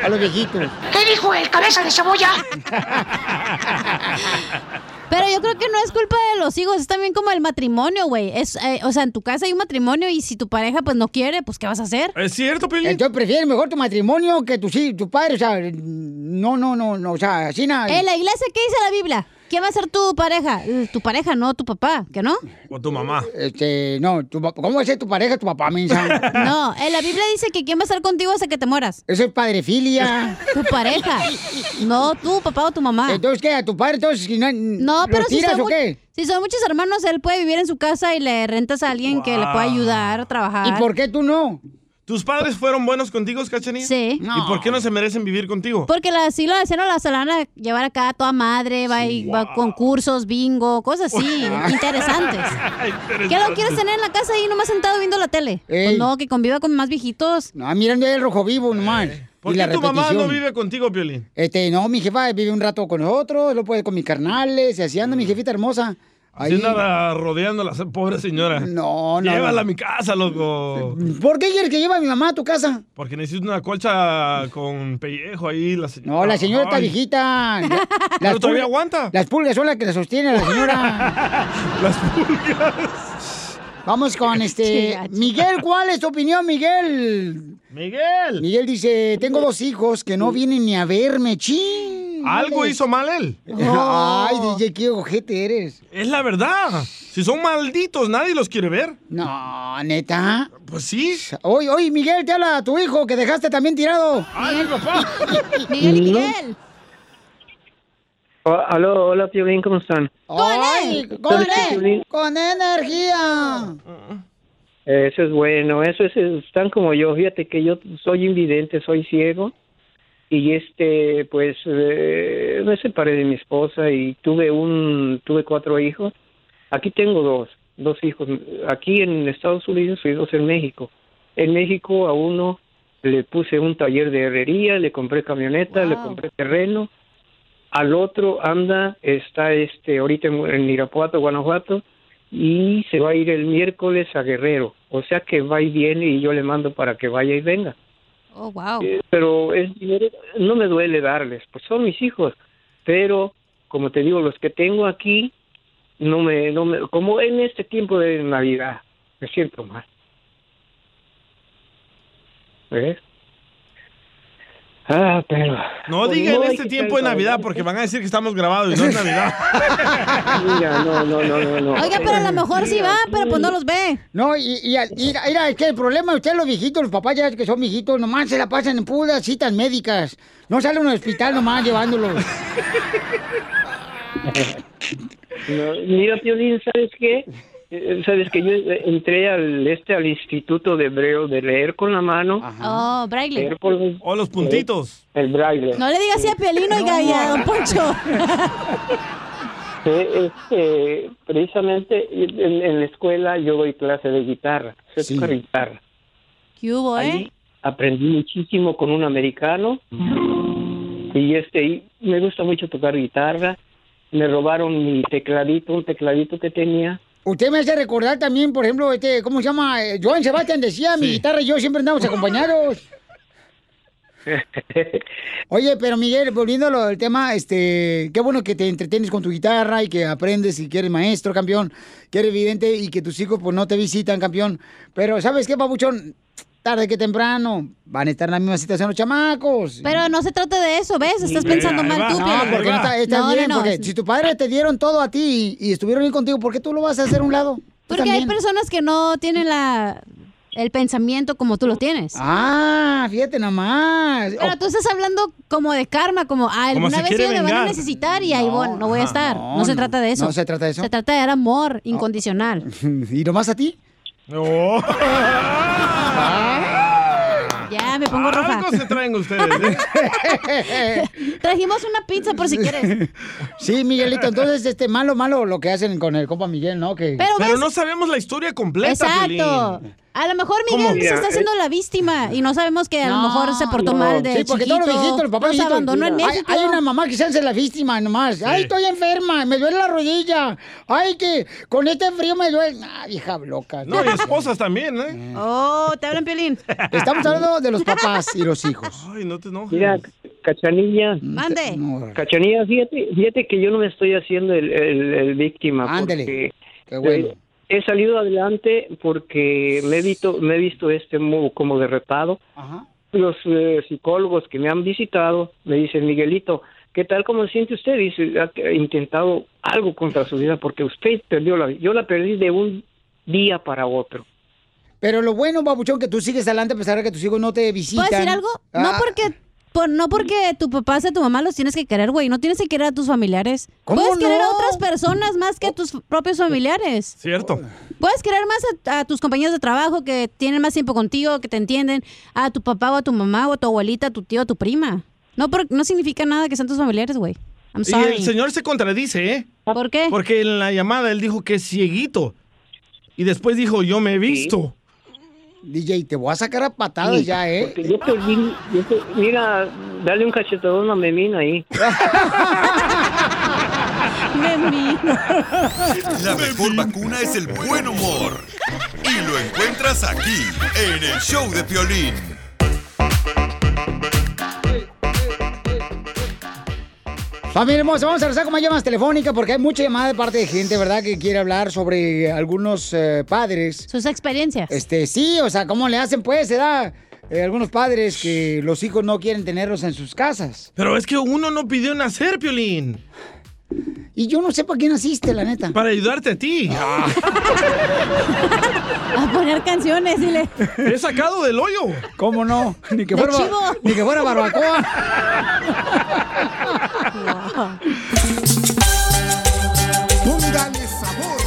S2: a los viejitos.
S1: ¿Qué dijo el cabeza de cebolla?
S3: Pero yo creo que no es culpa de los hijos, es también como el matrimonio, güey. Es, eh, o sea, en tu casa hay un matrimonio y si tu pareja pues no quiere, pues ¿qué vas a hacer?
S4: ¿Es cierto, Pelín?
S2: Entonces prefieres Eh, mejor tu matrimonio que tu, sí, tu padre, o sea, no, no, no, no, o sea, así nada.
S3: En la iglesia, ¿qué dice la Biblia? ¿Quién va a ser tu pareja? Eh, Tu pareja, no tu papá, ¿que no?
S4: Con tu mamá.
S2: Este, no, tu pa- ¿cómo va a ser tu pareja, tu papá, mensa?
S3: No, en la Biblia dice que quién va a estar contigo hasta que te mueras.
S2: Eso es padrefilia.
S3: Tu pareja. No, tu papá o tu mamá.
S2: Entonces, ¿qué? ¿A tu padre entonces no,
S3: no,
S2: lo
S3: pero si
S2: tiras
S3: son,
S2: o
S3: mu-
S2: qué?
S3: si son muchos hermanos, él puede vivir en su casa y le rentas a alguien que le pueda ayudar a trabajar.
S4: ¿Y por
S2: qué tú no?
S4: ¿Tus padres fueron buenos contigo, Cachanilla?
S3: Sí.
S4: ¿Y por qué no se merecen vivir contigo?
S3: Porque la, si lo hacían, la se la van a llevar acá a toda madre, va, y, va a concursos, bingo, cosas así, interesantes. ¿Qué lo quieres tener en la casa ahí nomás sentado viendo la tele? Pues no, que conviva con más viejitos.
S2: Ah, mirando el rojo vivo nomás.
S4: Eh, ¿Por
S2: Y
S4: qué
S2: la
S4: tu mamá no
S2: repetición.
S4: vive contigo, Piolín?
S2: Este, no, mi jefa vive un rato con nosotros, lo puede con mis carnales, y así anda mi jefita hermosa. Ahí.
S4: Sin Mm. nada rodeándola, esa pobre señora.
S2: No, no,
S4: Llévala
S2: no.
S4: a mi casa, loco.
S2: ¿Por qué quieres que lleve a mi mamá a tu casa?
S4: Porque necesito una colcha con pellejo ahí, la señora.
S2: No, la señora está
S4: Ay,
S2: viejita. La-
S4: Pero todavía
S2: pulgas-
S4: aguanta.
S2: Las pulgas son las que la sostiene la señora.
S4: las pulgas.
S2: Vamos con
S1: Qué
S2: este.
S1: gacho.
S2: Miguel, ¿cuál es tu opinión, Miguel?
S4: Miguel.
S2: Miguel dice: Tengo dos hijos que no vienen ni a verme, ching.
S4: Algo hizo mal él.
S2: Ay, DJ, qué ojete eres.
S4: Es la verdad. Si son malditos, nadie los quiere ver.
S2: No, neta.
S4: Pues sí.
S2: Oye, oye, Miguel, te habla tu hijo que dejaste también tirado.
S4: Ay, papá.
S3: Miguel y
S24: No.
S3: Miguel.
S24: Oh, Aló, hola, Piolín, ¿cómo están?
S2: Ay, con, él, con energía.
S24: Eso es bueno, eso es, están como yo, fíjate que yo soy invidente, soy ciego y este, pues, eh, me separé de mi esposa y tuve un, tuve cuatro hijos. Aquí tengo dos, dos hijos, aquí en Estados Unidos y dos en México. En México a uno le puse un taller de herrería, le compré camioneta, le compré terreno. Al otro anda, está este, ahorita en, en Irapuato, Guanajuato, y se va a ir el miércoles a Guerrero. O sea que va y viene y yo le mando para que vaya y venga.
S3: Oh, wow.
S24: Eh, pero es dinero, no me duele darles, pues son mis hijos. Pero, como te digo, los que tengo aquí, no me, no me, como en este tiempo de Navidad, me siento mal.
S4: ¿Eh?
S24: ¿Ves? Ah, pero...
S4: No
S24: pues
S4: digan
S24: hay
S4: este
S24: que
S4: tiempo de
S24: ser
S4: Navidad porque van a decir que estamos grabados y no es Navidad.
S24: Mira, no, no, no, no, no.
S3: Oiga, pero a lo mejor sí va, pero pues no los ve.
S2: No, y, y, y- mira, es que el problema de ustedes, los viejitos, los papás ya que son viejitos, nomás se la pasan en puras citas médicas. No salen al hospital nomás llevándolos.
S24: No, mira, Piolín, ¿sabes qué? Eh, Sabes que yo eh, entré al este al instituto de hebreo de leer con la mano.
S3: Oh, Braille.
S24: Leer con
S4: O Oh, los puntitos.
S24: El braille.
S3: No le digas así a Piolín, oiga, y a Don Poncho.
S24: Eh, este, precisamente en, en la escuela yo doy clase de guitarra. Sé tocar guitarra.
S3: ¿Qué hubo, eh?
S24: Ahí aprendí muchísimo con un americano y este y me gusta mucho tocar guitarra. Me robaron mi tecladito, un tecladito que tenía.
S2: Usted me hace recordar también, por ejemplo, este, ¿cómo se llama? Eh, Joan Sebastián decía, mi guitarra y yo siempre andamos acompañados. Oye, pero Miguel, volviendo al tema, este, qué bueno que te entretienes con tu guitarra y que aprendes y que eres maestro, campeón, que eres vidente y que tus hijos pues no te visitan, campeón. Pero, ¿sabes qué, papuchón? Tarde que temprano van a estar en la misma situación los chamacos.
S3: Pero no se trata de eso, ¿ves? Estás pensando mal tú,
S2: No,
S3: Piolín.
S2: porque no está, está
S3: No, no,
S2: bien,
S3: no,
S2: porque
S3: es-
S2: si tu padre te dieron todo a ti y, y estuvieron bien contigo, ¿por qué tú lo vas a hacer a un lado? Tú
S3: Porque hay
S2: también.
S3: personas que no tienen la el pensamiento como tú lo tienes.
S2: Ah, fíjate nomás.
S3: Pero tú estás hablando como de karma, como ah,
S2: Como
S3: alguna
S2: se
S3: vez
S2: quiere
S3: ellos me van a
S2: vengar.
S3: necesitar y ahí voy- no voy a estar. No, se
S2: no,
S3: trata de eso.
S2: no se trata de eso.
S3: Se trata de dar amor incondicional.
S2: ¿Y nomás a ti? Ah.
S4: No.
S3: Ya. Ya, me pongo roja.
S4: Algo se traen ustedes. ¿eh?
S3: Trajimos una pizza por si quieres.
S2: Sí, Miguelito, entonces, este, malo, malo lo que hacen con el compa Miguel, ¿no? Que...
S3: Pero Pero ves-
S4: no sabemos la historia completa,
S3: Exacto.
S4: Piolín.
S3: A lo mejor Miguel se
S4: ¿Cómo? Mira, eh,
S3: está haciendo la víctima y no sabemos que a lo mejor se portó
S2: No,
S3: mal de
S2: Sí, porque todos los
S3: chiquito,
S2: viejitos, el papá
S3: nos
S2: viejito-
S3: abandonó en
S2: hay,
S3: México.
S2: hay una mamá que se hace la víctima nomás. Ay, estoy enferma, me duele la rodilla. Ay, que con este frío me duele. Ah, hija loca.
S4: No, y esposas también, ¿eh?
S3: Oh, te hablan Piolín.
S2: Estamos hablando de los papás y los hijos.
S4: Ay, no te enojes.
S12: Mira, Cachanilla.
S3: Mande.
S12: Cachanilla, fíjate, fíjate que yo no me estoy haciendo el, el- el víctima.
S2: Ándele.
S12: porque,
S2: Qué bueno.
S12: eh, He salido adelante porque me he visto, me he visto este mo- como derretado. Los eh, psicólogos que me han visitado me dicen, Miguelito, ¿qué tal como se siente usted? Dice, ha ha intentado algo contra su vida porque usted perdió la vida. Yo la perdí de un día para otro.
S2: Pero lo bueno, babuchón, que tú sigues adelante a pesar de que tus hijos no te visitan.
S3: ¿Puedo decir algo? No
S2: Ah,
S3: porque por- no porque tu papá sea tu mamá los tienes que querer, güey. No tienes que querer a tus familiares.
S2: ¿Cómo
S3: Puedes querer a
S2: no?
S3: otras personas más que a tus propios familiares.
S4: Cierto.
S3: Puedes querer más a, a tus compañeros de trabajo que tienen más tiempo contigo, que te entienden, a tu papá o a tu mamá o a tu abuelita, a tu tío, a tu prima. No, por- no significa nada que sean tus familiares, güey. I'm
S4: Y
S3: sorry.
S4: el señor se contradice, ¿eh?
S3: ¿Por qué?
S4: Porque en la llamada él dijo que es cieguito. Y después dijo, yo me he visto.
S2: DJ, te voy a sacar a patadas
S12: Sí,
S2: ya, ¿eh?
S12: porque yo perdí- yo per- mira, dale un cachetadón a Memina ahí.
S6: La mejor vacuna es el buen humor. Y lo encuentras aquí, en el show de Piolín.
S2: Familia hermosa, vamos a regresar con más llamadas telefónicas porque hay mucha llamada de parte de gente, ¿verdad? Que quiere hablar sobre algunos eh, padres.
S3: Sus experiencias.
S2: Este, sí, o sea, ¿cómo le hacen pues, edad? Eh, algunos padres que los hijos no quieren tenerlos en sus casas.
S4: Pero es que uno no pidió nacer, Piolín.
S2: Y yo no sé para qué naciste, la neta. Ah.
S4: Para ayudarte a ti.
S3: A poner canciones, dile.
S4: Te he sacado del hoyo.
S2: ¿Cómo no? Ni que
S4: De
S2: fuera,
S4: chivo.
S2: ni que fuera barbacoa.
S16: Póngale sabor.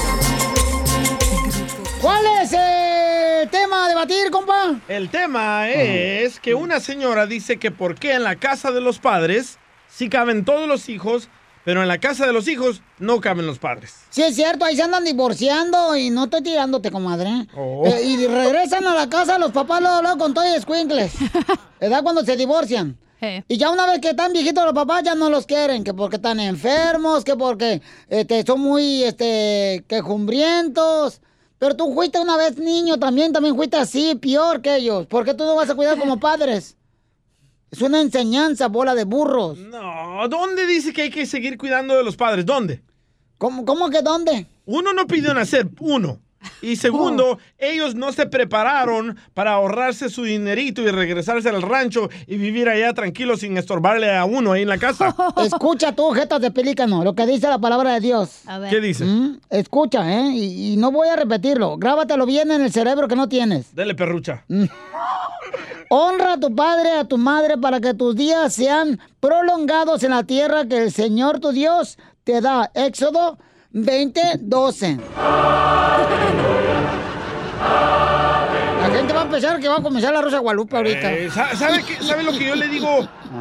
S2: ¿Cuál es el tema a debatir, compa?
S4: El tema es que una señora dice que por qué en la casa de los padres sí caben todos los hijos, pero en la casa de los hijos no caben los padres.
S2: Sí, es cierto, ahí se andan divorciando y no estoy tirándote, comadre.
S4: Oh.
S2: Eh, y regresan a la casa los papás luego, luego con todo y escuincles. Edad cuando se divorcian. Y ya una vez que están viejitos los papás ya no los quieren, que porque están enfermos, que porque este, son muy este, quejumbrientos. Pero tú fuiste una vez niño también, también fuiste así, peor que ellos. ¿Por qué tú no vas a cuidar como padres? Es una enseñanza, bola de burros.
S4: No, ¿dónde dice que hay que seguir cuidando de los padres? ¿Dónde?
S2: ¿Cómo, cómo que dónde? Oh.
S4: Uno no pidió nacer, uno. Y segundo, ellos no se prepararon para ahorrarse su dinerito y regresarse al rancho y vivir allá tranquilo sin estorbarle a uno ahí en la casa.
S2: Escucha tú, jetas de pelícano, lo que dice la palabra de Dios. Mm,
S3: A
S4: ver. ¿Qué dice?
S2: Escucha, ¿eh? Y, y no voy a repetirlo. Grábatelo bien en el cerebro que no tienes. Mm.
S4: Dele perrucha.
S2: Honra a tu padre, a tu madre, para que tus días sean prolongados en la tierra que el Señor tu Dios te da. Éxodo 20, 12. La gente va a pensar que va a comenzar la Rosa Guadalupe ahorita.
S4: Eh, sa- ¿sabe, qué- sabe lo que yo le digo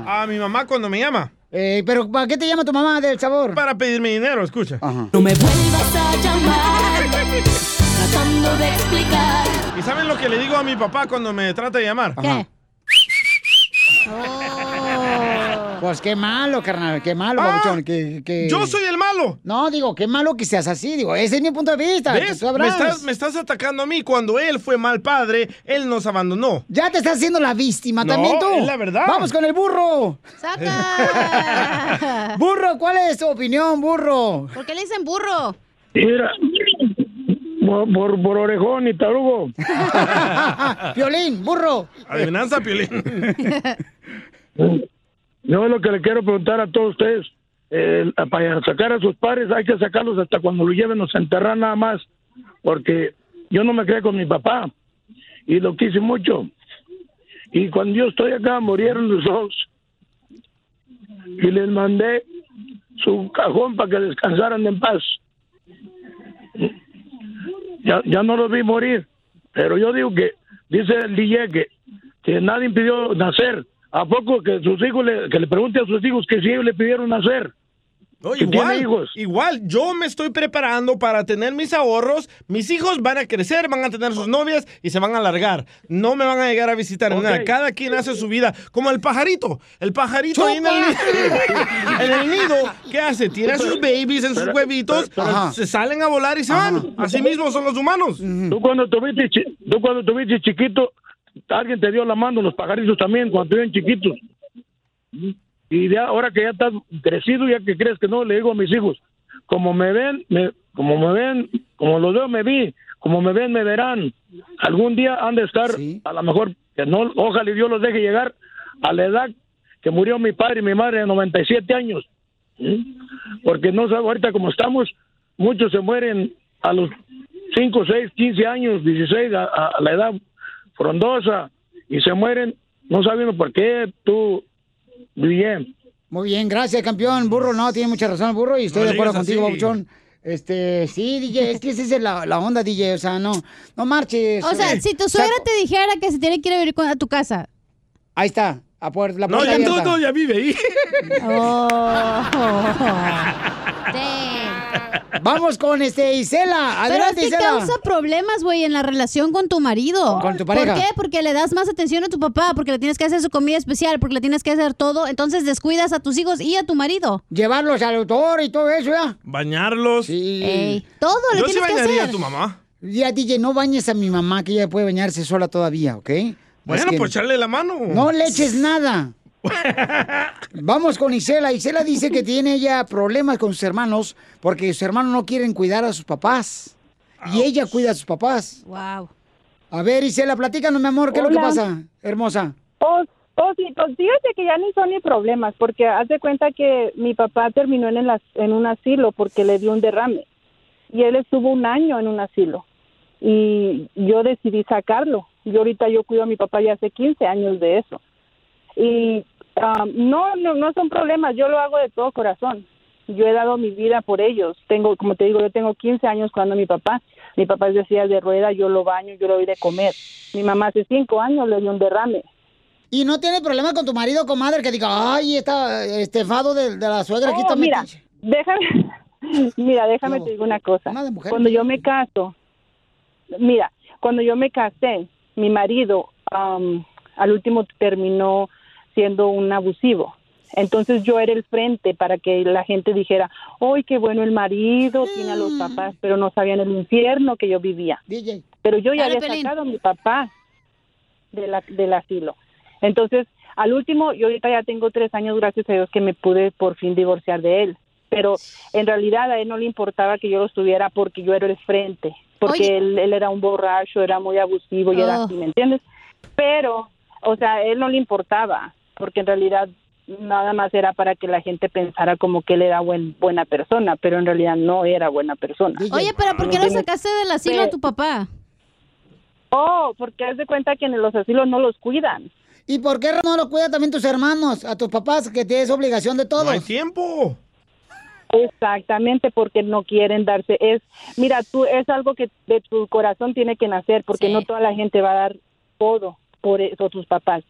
S4: a mi mamá cuando me llama?
S2: Ah. Eh, pero ¿para qué te llama tu mamá del sabor?
S4: Para pedirme dinero, escucha.
S2: No me
S10: Vas a llamar, tratando de explicar.
S4: ¿Y saben lo que le digo a mi papá cuando me trata de llamar?
S2: Pues qué malo, carnal, qué malo,
S4: Ah,
S2: babuchón, que, que-
S4: yo soy el malo.
S2: No, digo, qué malo que seas así, digo, ese es mi punto de vista. que
S4: ¿Ves?
S2: tú sabrás.
S4: Me estás, me estás atacando a mí cuando él fue mal padre, él nos abandonó.
S2: Ya te estás haciendo la víctima
S4: No,
S2: también tú.
S4: es la verdad.
S2: Vamos con el burro. burro, ¿cuál es tu opinión, burro?
S3: ¿Por qué le dicen burro?
S13: Mira, por, por, por orejón y tarugo.
S2: Piolín, burro.
S4: Adivinanza, Piolín.
S13: Yo lo que le quiero preguntar a todos ustedes, eh, para sacar a sus padres hay que sacarlos hasta cuando lo lleven, nos enterran nada más, porque yo no me quedé con mi papá y lo quise mucho. Y cuando yo estoy acá murieron los dos y les mandé su cajón para que descansaran en paz. Ya, ya no los vi morir, pero yo digo que, dice el DJ que que nadie pidió nacer. ¿A poco que sus hijos le, que le pregunte a sus hijos que si ellos le pidieron nacer?
S4: No,
S13: Que tiene
S4: igual,
S13: hijos.
S4: igual, yo me estoy preparando para tener mis ahorros, mis hijos van a crecer, van a tener sus novias y se van a alargar. No me van a llegar a visitar ni nada. Cada quien hace su vida, como el pajarito. El pajarito ahí en el, en el nido, ¿qué hace? Tiene a sus babies en sus
S13: Pero-
S4: huevitos,
S13: pero- pero- Ajá.
S4: se salen a volar y se van. Así mismo son los humanos.
S13: Tú cuando tuviste, chi- tú cuando tuviste chiquito, alguien te dio la mano, los pajaritos también, cuando eran chiquitos. Y ya, ahora que ya estás crecido, ya que crees que no, le digo a mis hijos, como me ven, me- como me ven, como los veo, me vi, como me ven, me verán. Algún día han de estar, a lo mejor, que no, ojalá y Dios los deje llegar a la edad que murió mi padre y mi madre de 97 años. ¿Mm? Porque no sabe, ahorita como estamos, muchos se mueren a los 5, 6, 15 años, 16, a, a- a la edad frondosa, y se mueren, no sabemos por qué, tú, bien.
S2: Muy bien, gracias, campeón. Burro, no, tiene mucha razón el burro y estoy
S13: No
S2: de acuerdo
S13: digas
S2: contigo,
S13: así.
S2: Babuchón. Este, sí, DJ, es que esa es la, la onda, DJ, o sea, no, no marches. eh.
S3: O sea, si tu suegra te dijera que se tiene que ir a vivir con- a tu casa.
S2: Ahí está, a puerta, la
S4: No,
S2: puerta
S4: ya
S2: abierta.
S4: no, no, ya vive ahí.
S3: Oh.
S2: Vamos con este, Isela. Adelante,
S3: Pero es que
S2: Isela.
S3: causa problemas, güey, en la relación con tu marido.
S2: Con tu pareja.
S3: ¿Por qué? Porque le das más atención a tu papá, porque le tienes que hacer su comida especial, porque le tienes que hacer todo. Entonces descuidas a tus hijos y a tu marido.
S2: Llevarlos al autor y todo eso, ¿ya?
S4: Bañarlos.
S13: Eh,
S2: Ey, todo le
S4: Yo sí
S2: tienes que
S4: bañaría
S2: hacer.
S4: a tu mamá.
S2: Ya, DJ, no bañes a mi mamá, que ella puede bañarse sola todavía, ¿ok?
S4: Bueno,
S2: Busquen-
S4: pues echarle la mano.
S2: No le eches nada. Vamos con Isela. Isela dice que tiene ella problemas con sus hermanos porque sus hermanos no quieren cuidar a sus papás. Y ella cuida a sus papás.
S3: Wow.
S2: A ver, Isela, platícanos, mi amor, ¿qué es lo
S11: Hola.
S2: que pasa, hermosa?
S11: Oh, oh, sí, pues fíjate que ya ni son ni problemas, porque haz de cuenta que mi papá terminó en, el as- en un asilo porque le dio un derrame. Y él estuvo un año en un asilo. Y yo decidí sacarlo. Y ahorita yo cuido a mi papá ya hace 15 años de eso. Y ah, no, no, no son problemas, yo lo hago de todo corazón. Yo he dado mi vida por ellos. Tengo, como te digo, yo tengo 15 años cuando mi papá, mi papá es de silla de rueda, yo lo baño, yo le doy de comer. Mi mamá hace 5 años le dio un derrame.
S2: ¿Y no tiene problema con tu marido o comadre que diga, ay, está estefado de, de la suegra, aquí
S11: Oh,
S2: está
S11: mira,
S2: metiche"?
S11: déjame, mira, déjame
S2: No,
S11: te digo eh, una cosa.
S2: nada de mujer.
S11: Cuando yo me caso, mira, cuando yo me casé, mi marido am, al último terminó siendo un abusivo. Entonces yo era el frente para que la gente dijera, ¡ay, qué bueno el marido! Tiene a los papás, pero no sabían el infierno que yo vivía. Pero yo ya
S3: Dale,
S11: había
S3: Pelín.
S11: sacado a mi papá de la- del asilo. Entonces, al último, yo ahorita ya tengo tres años, gracias a Dios, que me pude por fin divorciar de él. Pero en realidad a él no le importaba que yo lo estuviera porque yo era el frente, porque
S14: Oye.
S11: él, él era un borracho, era muy abusivo y era
S14: Oh.
S11: así, ¿me entiendes? Pero, o sea, a él no le importaba, porque en realidad nada más era para que la gente pensara como que él era buen, buena persona, pero en realidad no era buena persona.
S3: Oye, pero ¿por qué lo
S11: ¿Entiendes?
S3: sacaste del asilo a tu papá?
S11: Oh, porque haz de cuenta que en los asilos no los cuidan.
S2: ¿Y por qué Ramón lo cuida también tus hermanos, a tus papás, que tienes obligación de todo? No hay
S4: tiempo.
S11: Exactamente, porque no quieren darse. Es, mira, tú es algo que de tu corazón tiene que nacer, porque no toda la gente va a dar todo por eso tus papás.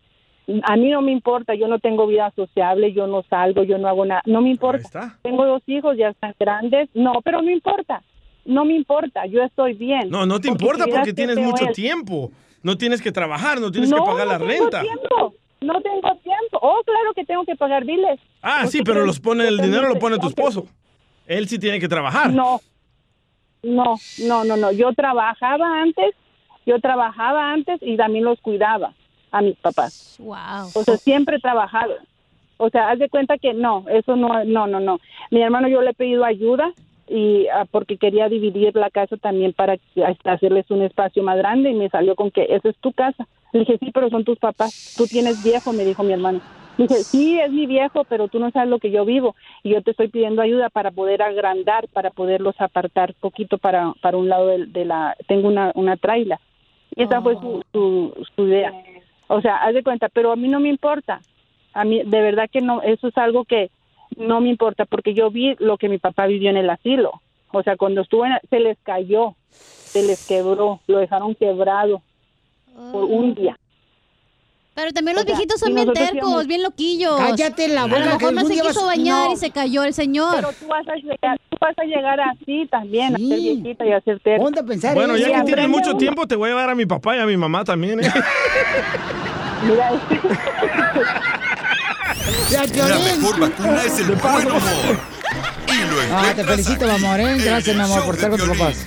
S11: A mí no me importa, yo no tengo vida sociable, yo no salgo, yo no hago nada, no me importa. Tengo dos hijos, ya están grandes, no, pero no importa, no me importa, yo estoy bien.
S4: No, no te
S11: Porque
S4: importa
S11: si vieras
S4: porque
S11: qué
S4: tienes
S11: feo
S4: mucho
S11: es.
S4: tiempo. No tienes que trabajar, no tienes
S11: No,
S4: que pagar
S11: no
S4: la
S11: tengo
S4: renta.
S11: tiempo, No tengo tiempo. Oh, claro que tengo que pagar biles.
S4: Ah, sí, pero los pone el dinero lo pone tu esposo. Él sí tiene que trabajar.
S11: No, no, no, no, no. Yo trabajaba antes, yo trabajaba antes y también los cuidaba a mis papás.
S3: Wow.
S11: O sea, siempre he trabajado. O sea, haz de cuenta que no, eso no, no, no, no. Mi hermano yo le he pedido ayuda y ah, porque quería dividir la casa también para que- hasta hacerles un espacio más grande y me salió con que esa es tu casa. Le dije, sí, pero son tus papás. Tú tienes viejo, me dijo mi hermano. Le dije, sí, es mi viejo, pero tú no sabes lo que yo vivo y yo te estoy pidiendo ayuda para poder agrandar, para poderlos apartar poquito para, para un lado del- de, la... Tengo una, una traila. Y esa fue su, su, su idea. O sea, haz de cuenta, pero a mí no me importa. A mí, de verdad que no, eso es algo que no me importa, porque yo vi lo que mi papá vivió en el asilo. O sea, cuando estuvo en, se les cayó,
S3: Ah.
S11: se les quebró, lo dejaron quebrado por un día.
S3: Pero también los
S1: O sea,
S3: viejitos
S1: y
S3: son bien
S1: nosotros
S3: tercos,
S1: íbamos-
S3: bien loquillos.
S1: Cállate la boca,
S3: A lo
S1: que
S3: mejor no
S1: algún
S3: se
S1: día
S3: quiso
S1: vas-
S3: bañar
S1: No.
S3: y se cayó el señor.
S11: Pero tú vas a llegar, tú vas a llegar así también, a ser viejita y a ser
S2: Ponte a pensar ¿eh?
S4: Bueno, ya que tienes mucho tiempo, te voy a llevar a mi papá y a mi mamá también. ¿eh?
S11: este.
S25: La mejor vacuna es el buen humor. Y lo
S2: Ah, te felicito, mi amor, ¿eh? Gracias, mi amor, por estar con tus papás.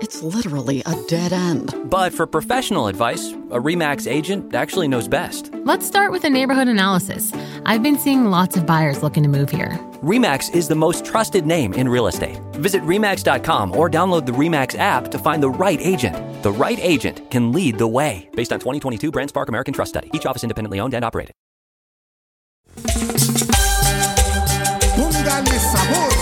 S26: It's literally a dead end.
S27: But for professional advice, a REMAX agent actually knows best.
S28: Let's start with a neighborhood analysis. I've been seeing lots of buyers looking to move here.
S27: REMAX is the most trusted name in real estate. Visit REMAX.com or download the REMAX app to find the right agent. The right agent can lead the way. Based on 2022 Brand Spark American Trust Study, each office independently owned and operated.
S29: Póngale sabor.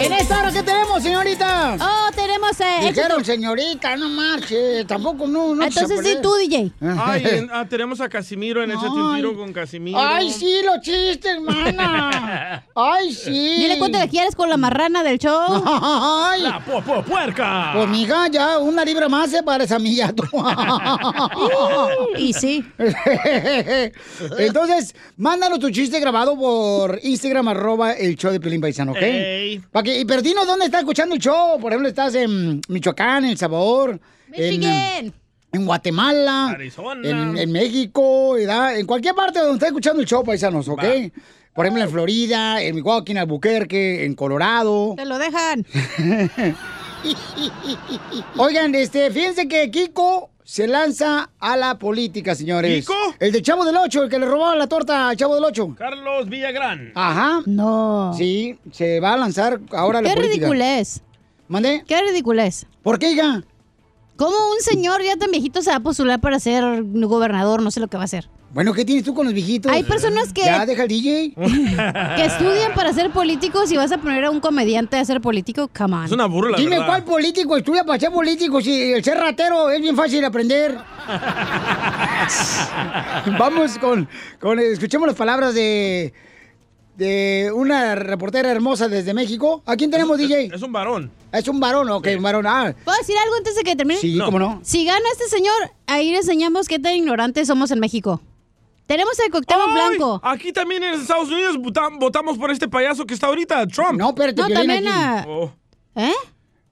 S2: En esta hora, ¿qué tenemos, señorita?
S3: Oh, tenemos... Eh,
S2: Dijeron,
S3: éxito.
S2: señorita, no marche, tampoco no, no se
S3: Entonces sí,
S2: puede.
S3: tú, DJ.
S4: Ay, en- ah, tenemos a Casimiro en Échate un
S2: Ay.
S4: tiro con Casimiro.
S2: Ay, sí, los chistes, hermana. Ay, sí.
S3: Eh, Dile cuánto le quieres con la marrana del show.
S2: Ay.
S4: La po- po- puerca.
S2: Pues mija, ya una libra más se parece a mí ya tú.
S3: y sí.
S2: Entonces, mándanos tu chiste grabado por Instagram, arroba el show de Pelín Paisano, ¿ok?
S1: Ey.
S2: Pa' que- y pero dinos dónde estás escuchando el show. Por ejemplo, estás en Michoacán, El Sabor. En,
S3: Michigan.
S2: en Guatemala.
S4: Arizona.
S2: En, en México, ¿verdad? En cualquier parte donde estás escuchando el show, paisanos, ¿ok? Por ejemplo, en Florida, en Milwaukee, en Albuquerque, en Colorado.
S3: Te lo dejan.
S2: Oigan, este, fíjense que Kiko se lanza a la política, señores.
S4: ¿Kiko?
S2: El de Chavo del Ocho, el que le robaba la torta al Chavo del Ocho.
S4: Carlos Villagrán.
S2: Ajá. No. Sí, se va a lanzar ahora a la
S3: Qué
S2: política.
S3: ridiculez.
S2: ¿Mande?
S3: Qué ridiculez.
S2: ¿Por qué, hija?
S3: ¿Cómo un señor ya tan viejito se va a postular para ser gobernador? No sé lo que va a hacer.
S2: Bueno, ¿qué tienes tú con los viejitos?
S3: Hay personas que-
S2: Ya, deja el DJ.
S3: Que estudian para ser políticos y vas a poner a un comediante a ser político, come on.
S4: Es una burla,
S2: Dime
S4: ¿verdad?
S2: cuál político estudia para ser político. Si el ser ratero es bien fácil de aprender. Vamos con, con. Escuchemos las palabras de. De una reportera hermosa desde México. ¿A quién tenemos, DJ?
S4: Es un varón.
S2: Es un varón, ok, un varón. Ah,
S3: ¿Puedo decir algo antes de que termine?
S2: Sí, No. cómo no.
S3: Si gana este señor, ahí le enseñamos qué tan ignorantes somos en México. Tenemos el coctel en blanco.
S4: Aquí también en Estados Unidos vota- votamos por este payaso que está ahorita, Trump.
S2: No, espérate,
S3: No, Piolín, también aquí. a-
S4: Oh.
S3: ¿Eh?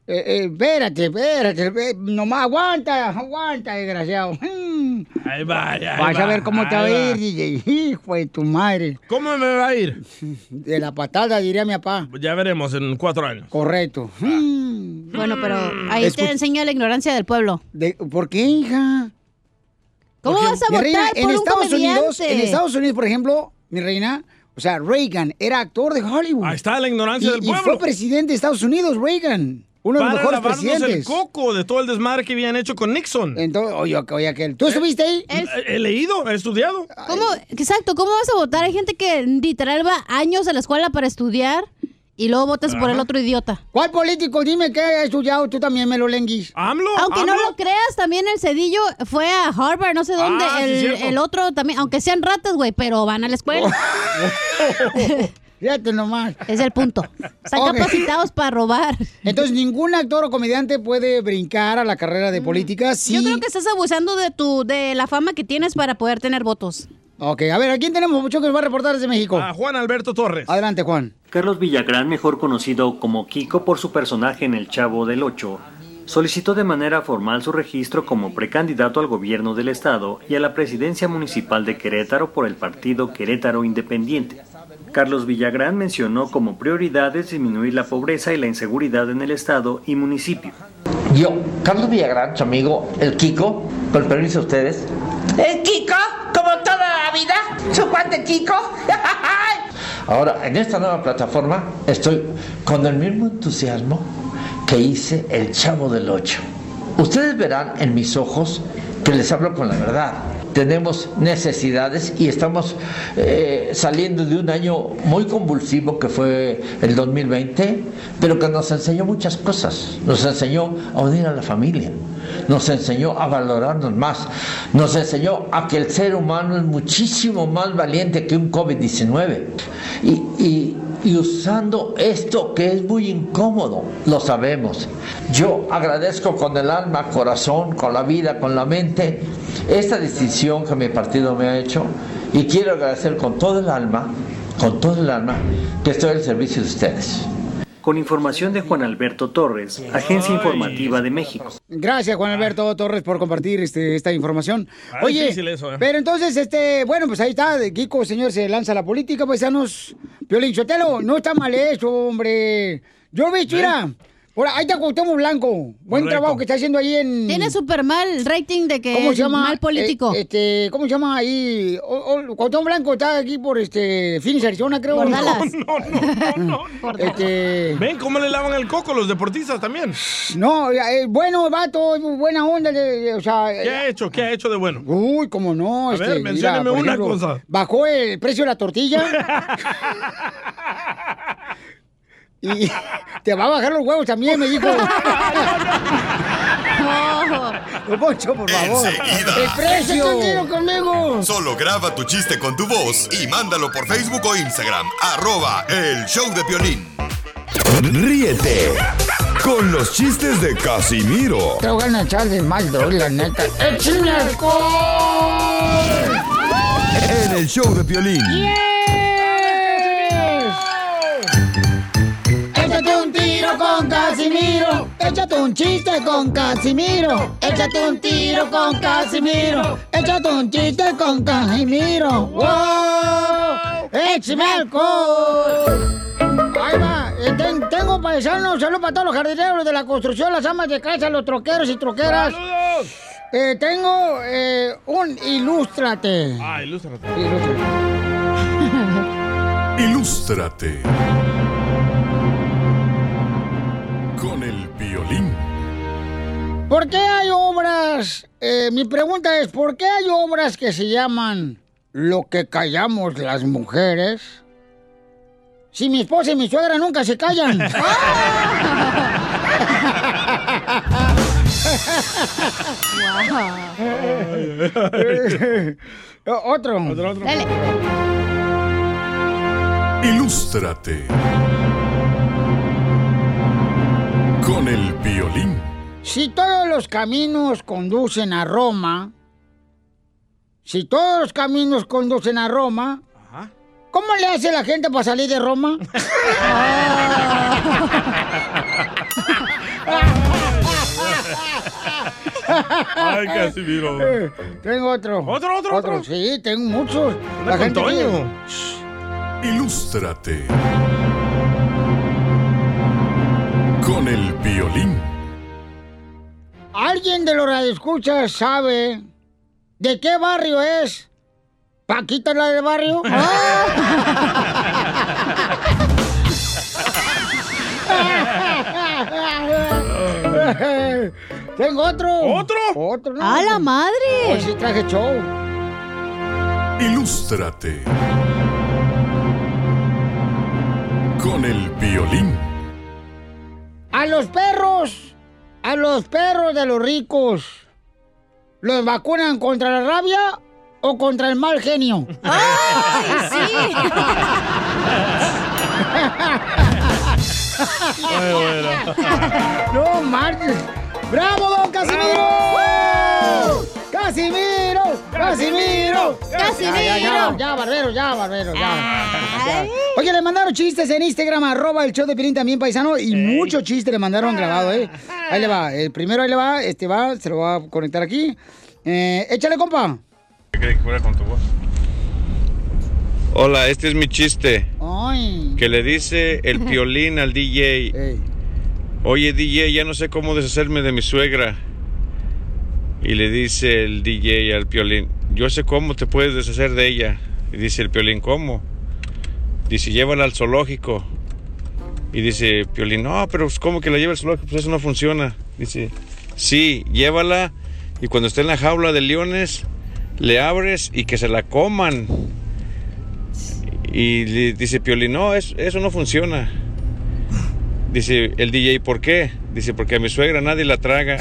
S2: eh, eh, espérate, espérate. eh, nomás aguanta, aguanta, desgraciado. Mm.
S4: Ahí va, ahí
S2: Vas
S4: va,
S2: a ver cómo te va a
S4: ahí
S2: ir, DJ. Hijo de tu madre.
S4: ¿Cómo me va a ir?
S2: De la patada, diría mi papá.
S4: Ya veremos en cuatro años.
S2: Correcto. Mm.
S3: Bueno, pero ahí
S2: Escu-
S3: te enseña la ignorancia del pueblo.
S2: De- ¿Por qué, hija?
S3: ¿Cómo vas a
S2: Mi
S3: votar
S2: reina,
S3: por
S2: en
S3: un
S2: Estados
S3: comediante?
S2: Unidos, en Estados Unidos, por ejemplo, mi reina, o sea, Reagan era actor de Hollywood. Ahí
S4: está la ignorancia del
S2: Y
S4: pueblo.
S2: fue presidente de Estados Unidos, Reagan. Uno de los
S4: Para
S2: mejores
S4: lavarnos el
S2: presidentes.
S4: coco de todo el desmadre que habían hecho con Nixon. Eh,
S2: Entonces, oye, oye, aquel. ¿Tú estuviste ahí?
S4: He leído, he estudiado.
S3: ¿Cómo? Exacto, ¿cómo vas a votar? Hay gente que literal va años a la escuela para estudiar y luego votas por el
S2: Ajá.
S3: otro idiota.
S2: ¿Cuál político? Dime qué has estudiado tú también, me lo lenguis.
S4: AMLO.
S3: Aunque no lo creas, también el Cedillo fue a Harvard, no sé dónde.
S2: Ah, sí,
S3: el,
S2: cierto.
S3: el otro también, aunque sean ratas, güey, pero van a la escuela.
S2: Fíjate nomás.
S3: Es el punto. Están
S2: Ok.
S3: capacitados para robar.
S2: Entonces, ningún actor o comediante puede brincar a la carrera de política si...
S3: Mm. Yo creo que estás abusando de tu de la fama que tienes para poder tener votos.
S2: Ok, a ver, ¿a quién tenemos mucho que nos va a reportar desde México?
S4: A Juan Alberto Torres.
S2: Adelante, Juan.
S15: Carlos Villagrán, mejor conocido como Kiko por su personaje en El Chavo del Ocho, solicitó de manera formal su registro como precandidato al gobierno del estado y a la presidencia municipal de Querétaro por el partido Querétaro Independiente. Carlos Villagrán mencionó como prioridades disminuir la pobreza y la inseguridad en el estado y municipio.
S30: Yo, Carlos Villagrán, su amigo, el Kiko, con permiso de ustedes.
S1: ¿El Kiko? Como toda la vida, su cuate Kiko.
S30: Ahora, en esta nueva plataforma estoy con el mismo entusiasmo que hice el Chavo del Ocho. Ustedes verán en mis ojos que les hablo con la verdad. Tenemos necesidades y estamos eh, saliendo de un año muy convulsivo que fue el 2020, pero que nos enseñó muchas cosas. Nos enseñó a unir a la familia, nos enseñó a valorarnos más, nos enseñó a que el ser humano es muchísimo más valiente que un COVID-19. Y, y- y usando esto que es muy incómodo, lo sabemos. Yo agradezco con el alma, corazón, con la vida, con la mente, esta distinción que mi partido me ha hecho y quiero agradecer con todo el alma, con todo el alma, que estoy al servicio de ustedes.
S15: Con información de Juan Alberto Torres, Agencia Informativa de México.
S2: Gracias, Juan Alberto Torres, por compartir este, esta información.
S15: Ah,
S2: Oye,
S15: difícil eso, ¿eh?
S2: pero entonces, este, bueno, pues ahí está, de Kiko, señor, se lanza a la política, paisanos. Piolín Sotelo, no está mal eso, hombre. Yo vi, mira, por ahí está Cuauhtémoc Blanco. Buen
S3: Correcto.
S2: trabajo que está haciendo ahí en...
S3: Tiene súper mal el rating de que
S2: ¿Cómo
S3: es
S2: se llama?
S3: mal político.
S2: Eh, este, ¿Cómo se llama ahí? O, o- Cuauhtémoc Blanco está aquí por este, Phoenix, Arizona, creo.
S3: Por Dallas.
S2: No, no, no, no. Este...
S4: ¿Ven cómo le lavan el coco los deportistas también?
S2: No, eh, bueno, vato, buena onda, de- de- o sea...
S4: ¿Qué ha hecho? ¿Qué ha hecho de bueno?
S2: Uy, cómo no.
S4: A
S2: este,
S4: ver,
S2: mira,
S4: mencióneme
S2: por
S4: una
S2: ejemplo,
S4: cosa.
S2: Bajó el precio de la tortilla. y te va a bajar los huevos también, me dijo. Don Poncho, por favor.
S6: Enseguida.
S2: ¡El precio! conmigo!
S6: Solo graba tu chiste con tu voz y mándalo por Facebook o Instagram. Arroba el show de Piolín.
S31: Ríete con los chistes de Casimiro
S2: Te voy a echar de mal, doy, la neta. ¡Eh, ¡Échame alcohol!
S31: en el show de Piolín.
S1: Échate un tiro con Casimiro. Échate un chiste con Casimiro. Échate un tiro con Casimiro. Échate un chiste con Casimiro. ¡Wow! ¡Échame alcohol!
S2: Ahí va. eh, ten- tengo paisanos, saludos para todos los jardineros de la construcción, las amas de casa, los troqueros y troqueras. Eh, tengo eh, un ilústrate.
S4: Ah, ilústrate.
S31: Ilústrate. Con el violín.
S2: ¿Por qué hay obras? eh, mi pregunta es, ¿por qué hay obras que se llaman Lo que callamos las mujeres? Si mi esposa y mi suegra nunca se callan. Ah. otro. Otro, otro.
S31: Ilústrate. Con el violín.
S2: Si todos los caminos conducen a Roma, si todos los caminos conducen a Roma, ¿cómo le hace la gente para salir de Roma?
S4: Ay, Casimiro.
S2: Eh, Tengo otro. ¿Otro, otro, otro? Sí, tengo muchos.
S31: con Toño.
S2: vive-
S31: Ilústrate. Con el violín.
S2: ¿Alguien de los radioescuchas sabe de qué barrio es? ¿Paquita la del barrio? Tengo otro. ¿Otro? Otro, no.
S3: ¡A la madre!
S2: Hoy sí traje show.
S31: Ilústrate. con el violín.
S2: A los perros, a los perros de los ricos, ¿los vacunan contra la rabia o contra el mal genio? ¡Ay,
S10: Muy bueno.
S2: ¡No marches! ¡Bravo, don Casimiro! ¡Casimiro! ¡Casimiro!
S10: ¡Casimiro!
S2: Ya, ya, ya, ya, barbero, ya, barbero, ya. Ya. Oye, le mandaron chistes en Instagram, arroba el show de Pirín también, paisano, y muchos chistes le mandaron grabado, ¿eh? Ahí le va, el primero ahí le va, este va, se lo va a conectar aquí. Eh, échale, compa.
S22: ¿Qué crees que fuera con tu voz? Hola, este es mi chiste.
S2: Ay.
S22: Que le dice el piolín al DJ. Oye, DJ, ya no sé cómo deshacerme de mi suegra. Y le dice el DJ al piolín. Yo sé cómo te puedes deshacer de ella. Y dice el piolín, ¿cómo? Dice, llévala al zoológico. Y dice piolín, no, pero pues, ¿cómo que la lleva al zoológico? Pues eso no funciona. Dice, sí, llévala. Y cuando esté en la jaula de leones, le abres y que se la coman. Y le dice Piolín, no, es- eso no funciona. Dice el DJ, ¿por qué? Dice, porque a mi suegra nadie la traga.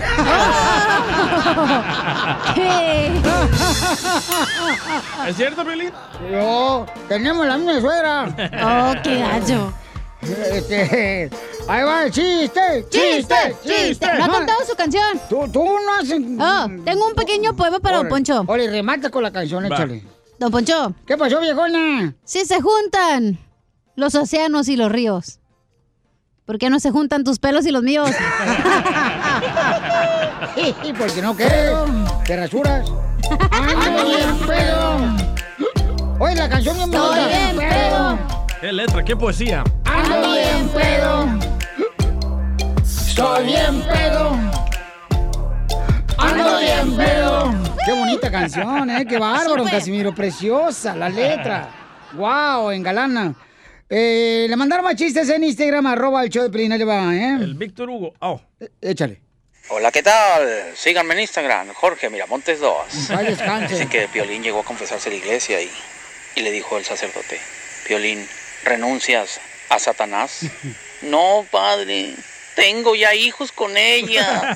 S2: ¿Es cierto, Pelín? No, tenemos la misma suegra.
S10: Oh, qué gallo.
S2: Este, ahí va el chiste. ¡Chiste! ¡Chiste!
S3: No ha contado
S2: su canción. Tú, tú no has.
S3: Oh, tengo un pequeño poema para Don Poncho.
S2: Ole, remata con la canción,
S3: Va.
S2: échale.
S3: Don Poncho.
S2: ¿Qué pasó, viejona?
S3: Si se juntan los océanos y los ríos, ¿por qué no se juntan tus pelos y los míos?
S2: Y porque no quiero. Te rasuras. Ando bien pedo. Oye, la canción bien
S10: Estoy
S2: bonita.
S10: bien pedo.
S4: Qué letra, qué poesía.
S2: Ando bien pedo. Estoy bien pedo. Ando bien pedo. Qué bonita canción, ¿eh? Qué bárbaro, don Casimiro. Preciosa la letra. Wow, engalana. Eh, le mandaron más chistes en Instagram, arroba el show de Pelín, ahí le va, ¿eh? El
S4: Víctor Hugo. Oh.
S2: Échale.
S23: Hola, ¿qué tal? Síganme en Instagram, Jorge Miramontes 2.
S2: Ay, descanse.
S23: Dicen que Piolín llegó a confesarse a la iglesia y, y le dijo el sacerdote, Piolín, ¿renuncias a Satanás? no, padre, tengo ya hijos con ella.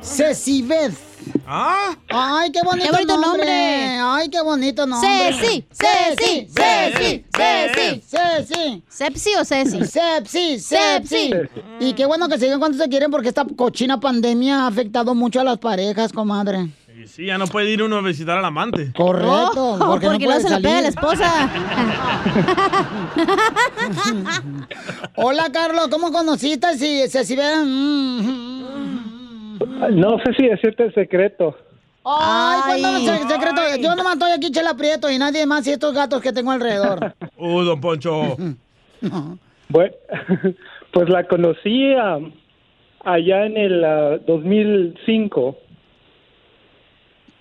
S2: Cecibeth.
S4: ¿Ah?
S2: Ay, qué bonito,
S3: Qué bonito nombre.
S2: Ay, qué bonito nombre.
S3: Ceci, Ceci, Ceci, Ceci.
S2: Ceci.
S3: ¿Sepsi o Ceci?
S2: Sepsi, Sepsi. Y qué bueno que se digan cuánto se quieren porque esta cochina pandemia ha afectado mucho a las parejas, comadre.
S4: Y sí, ya no puede ir uno a visitar al amante.
S2: Correcto,
S3: Oh,
S2: porque,
S3: porque
S2: no
S3: luego
S2: puede
S3: se la pega
S2: salir.
S3: la esposa.
S2: Hola, Carlos, ¿cómo conociste si Cecibeth? Mm.
S32: No sé si decirte el secreto.
S2: Ay, cuéntame
S10: Ay.
S2: el se- secreto. Yo nomás estoy aquí, Chela Prieto, y nadie más, y estos gatos que tengo alrededor.
S4: Uh, don Poncho.
S32: Bueno, pues la conocí ah, allá en el ah, 2005.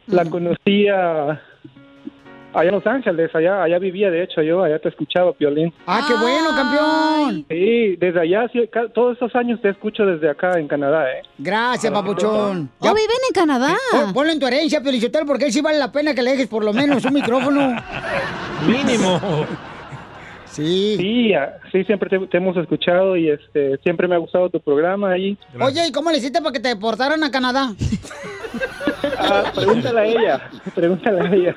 S2: Mm.
S32: La conocí ah, allá en Los Ángeles, allá, allá vivía, de hecho, yo allá te escuchaba, Piolín.
S2: ¡Ah, qué bueno, campeón!
S32: Sí, desde allá, sí, ca- todos esos años te escucho desde acá en Canadá, ¿eh?
S2: Gracias, papuchón. ¿Ya
S3: Oh,
S2: Oh,
S3: viven en Canadá?
S2: ponlo en tu herencia, Piolichotel, porque él sí vale la pena que le dejes por lo menos un micrófono.
S32: Mínimo.
S2: Sí.
S32: Sí, ah, sí, siempre te, te hemos escuchado y este siempre me ha gustado tu programa ahí.
S2: Oye, ¿y cómo le hiciste para que te deportaran a Canadá?
S32: Ah, pregúntale a ella, pregúntale a ella.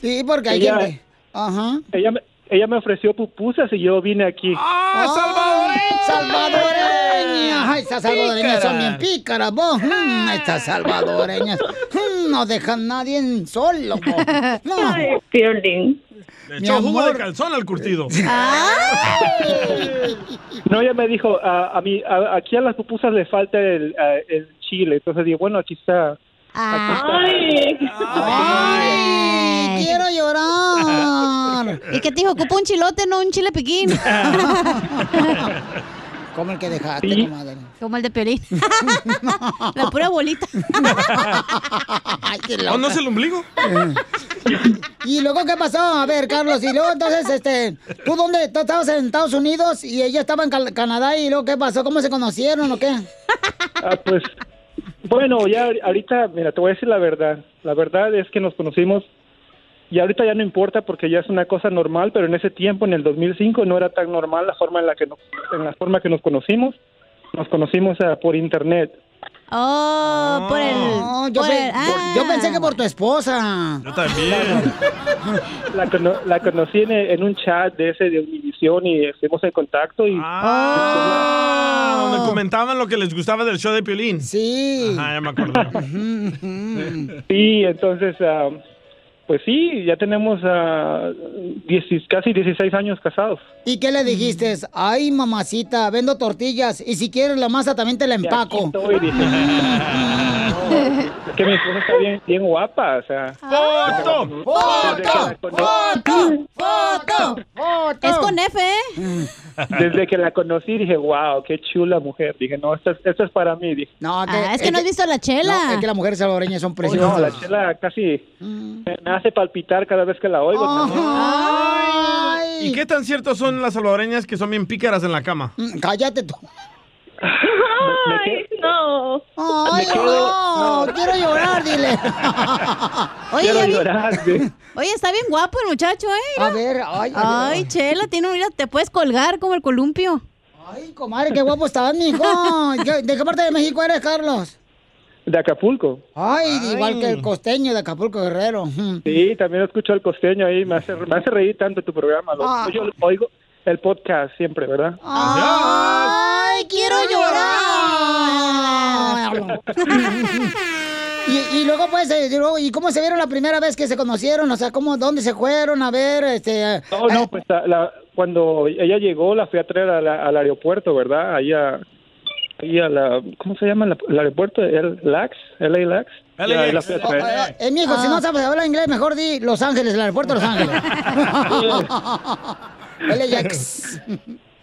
S2: sí, porque hay
S32: Ella-
S2: gente. Ajá.
S32: Ella me, ella me ofreció pupusas y yo vine aquí.
S2: ¡Ah, salvadoreña! ¡Salvadoreñas! ¡Ay, estas salvadoreñas son bien
S32: Pícaras.
S2: pícaras, vos! Mm, estas salvadoreñas Mm, no dejan nadie en solo, vos. No.
S4: Le
S32: Mi
S4: echó jugo de
S32: amor.
S4: calzón al curtido.
S32: No, ella me dijo, a, a mí, a- aquí a las pupusas le falta el, ah, el chile. Entonces dije, bueno, aquí está.
S3: Ay. Ay,
S2: quiero llorar.
S3: ¿Y qué te dijo? Ocupa un chilote, no un chile piquín.
S2: Como el que dejaste,
S3: Sí.
S2: comadre.
S3: Como el de Piolín. La pura bolita.
S4: ¿O no es el ombligo?
S2: ¿Y luego qué pasó? A ver, Carlos, y luego entonces, este, ¿tú dónde? ¿Tú estabas en Estados Unidos y ella estaba en Cal- Canadá y luego qué pasó? ¿Cómo se conocieron o qué?
S32: Ah, pues, bueno, ya ahor- ahorita, mira, te voy a decir la verdad. La verdad es que nos conocimos y ahorita ya no importa porque ya es una cosa normal, pero en ese tiempo, en el 2005, no era tan normal la forma en la que nos, en la forma que nos conocimos. Nos conocimos ah, por internet.
S3: Oh, por el.
S2: yo,
S3: por
S2: pe-
S3: el- ah.
S2: yo pensé que por tu esposa.
S4: Yo también.
S32: La, cono- la conocí en, en un chat de ese de Univision y estuvimos en contacto y
S4: Ah, donde comentaban lo que les gustaba del show de Piolín.
S2: Sí.
S4: Ajá, ya me acordé.
S32: Sí, entonces, ah, pues sí, ya tenemos ah, 16 casi 16 años casados.
S2: ¿Y qué le dijiste?
S32: Mm.
S2: Ay, mamacita, vendo tortillas y si quieres la masa también te la empaco.
S32: Estoy, dije. "Ah, No, es que mi esposa está bien, bien guapa, o sea.
S4: ¡Foto!
S32: ¡Foto!
S3: ¡Foto! ¡Foto! Es con F, ¿eh?
S32: Desde que la conocí dije, wow, qué chula mujer. Dije, no, esto es, esto es para mí. Dije,
S2: no,
S3: Ah, es que no has visto la chela.
S2: No, es que las mujeres salvadoreñas son preciosas.
S32: Oh, no, la chela casi me me hace palpitar cada vez que la oigo.
S2: Ah.
S4: ¿Y qué tan ciertos son las salvadoreñas que son bien pícaras en la cama?
S2: Mm, Cállate tú.
S4: Ay,
S32: no.
S2: Ay, no, quiero llorar, dile.
S3: Oye,
S32: Quiero
S3: ya vi-
S32: llorar. dije.
S3: Oye, está bien guapo el muchacho, ¿eh?
S2: A ver, ay.
S3: Ay, Chela, tiene un. mira, Te puedes colgar como el columpio.
S2: Ay, comadre, qué guapo estás, mijo. ¿Qué- ¿De qué parte de México eres, Carlos?
S32: De Acapulco.
S2: Ay, igual que el costeño de Acapulco Guerrero.
S32: Sí, también escucho al costeño ahí, me hace, me hace reír tanto tu programa. Lo-
S2: Ah.
S32: Yo oigo el podcast siempre, ¿verdad?
S2: Ay, quiero llorar. y, y luego, pues, eh, y, luego, ¿y cómo se vieron la primera vez que se conocieron? O sea, ¿cómo, dónde se fueron a ver? Este,
S32: No, no, pues la- la- cuando ella llegó la fui a traer a la- al aeropuerto, ¿verdad? Ahí a, ahí a la, ¿cómo se llama la- el aeropuerto? ¿El LAX? ¿LA LAX? Y ahí la fui a
S4: Ah,
S32: traer.
S2: Eh, mijo, si
S3: Ah.
S2: no sabes hablar inglés, mejor di Los Ángeles, el aeropuerto de Los Ángeles. LAX.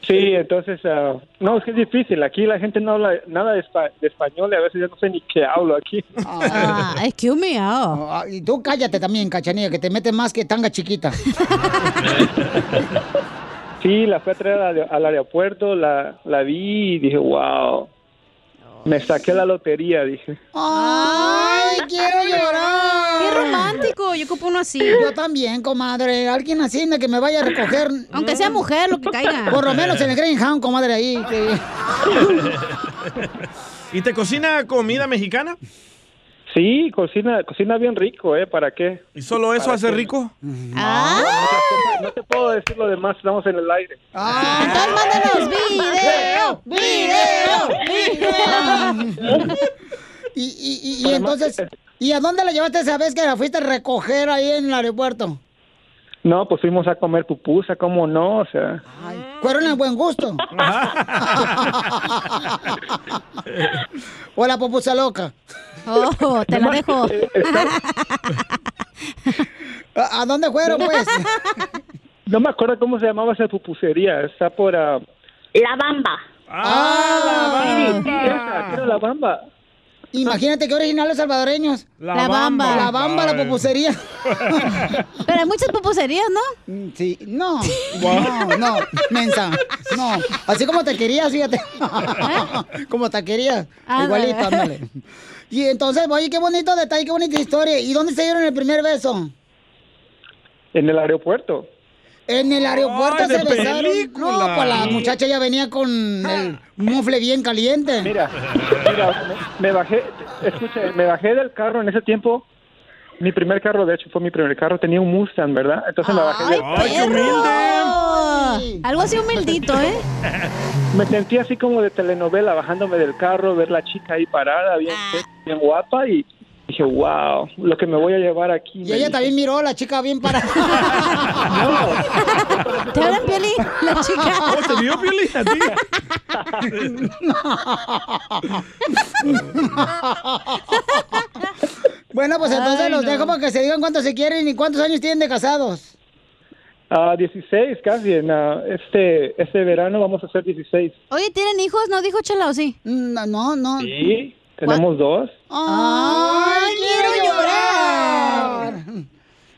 S32: Sí, entonces, ah, no, es que es difícil. Aquí la gente no habla nada de, espa- de español y a veces yo no sé ni qué hablo aquí.
S3: Ah, excuse me, oh.
S2: Ah, Y tú cállate también, cachanilla, que te metes más que tanga chiquita.
S32: Sí, la fui a traer al, al aeropuerto, la, la vi y dije, wow, me saqué la lotería, dije.
S2: ¡Ay, quiero llorar!
S3: Qué romántico, yo ocupo uno así.
S2: Yo también, comadre. Alguien así de que me vaya a recoger.
S3: Aunque sea mujer, lo que caiga.
S2: Por lo menos en el Greenhound, comadre, ahí. que-
S4: ¿Y te cocina comida mexicana?
S32: Sí, cocina, cocina bien rico, ¿eh? ¿Para qué?
S4: ¿Y solo eso
S32: ¿Para
S4: hace
S32: qué?
S4: rico?
S2: Ah.
S32: No te puedo decir lo demás, estamos en el aire.
S3: Mándanos video, video,
S2: y, y- y- y entonces, ¿y a dónde la llevaste esa vez que la fuiste a recoger ahí en el aeropuerto?
S32: No, pues fuimos a comer pupusa, ¿cómo no? O sea,
S2: Fueron el buen gusto. o la popusa loca.
S3: Oh, te la dejo.
S2: ¿A a dónde fueron, pues?
S32: no me acuerdo cómo se llamaba esa pupusería, está por... ah, La Bamba.
S2: Ah,
S32: Era La Bamba.
S2: Imagínate qué originales salvadoreños.
S32: La La Bamba. Bamba. pues.
S2: La bamba, la pupusería. Mm,
S3: Pero hay muchas pupuserías, ¿no?
S2: Sí, no. No, no, mensa. No. Así como te querías, fíjate. Como te querías.
S3: ¿Eh? Ándale.
S2: Igualito, ándale. Y entonces, oye, qué bonito detalle, qué bonita historia. ¿Y dónde se dieron el primer beso?
S32: En el aeropuerto.
S2: En el aeropuerto
S32: Ay, de
S2: se besaron.
S32: película.
S2: No, pues la muchacha ya venía con el mufle bien caliente.
S32: Mira, mira, me, me bajé, escucha, me bajé del carro en ese tiempo. Mi primer carro, de hecho, fue mi primer carro. Tenía un Mustang, ¿verdad? Entonces me bajé del
S3: humilde! Algo así humildito, ¿eh?
S32: Me sentí Ah. así como de telenovela, bajándome del carro, ver la chica ahí parada, bien, bien guapa y Dije, wow, lo que me voy a llevar aquí.
S2: Y ella también miró, la chica bien para. ¿Te hablan, Pioli? La chica.
S4: Oh, ¿Te vio Pioli a ti?
S2: Bueno, pues entonces
S32: Ay,
S2: los
S32: no.
S2: dejo para que se digan cuánto se quieren y cuántos años tienen de casados.
S32: A 16 Ah, casi, en, ah, este, este verano vamos a ser 16.
S3: Oye, ¿tienen hijos? ¿No dijo Chela o sí?
S2: No, Mm, no. no.
S32: Sí, tenemos dos.
S3: Ah.
S2: ¡Ay, quiero llorar!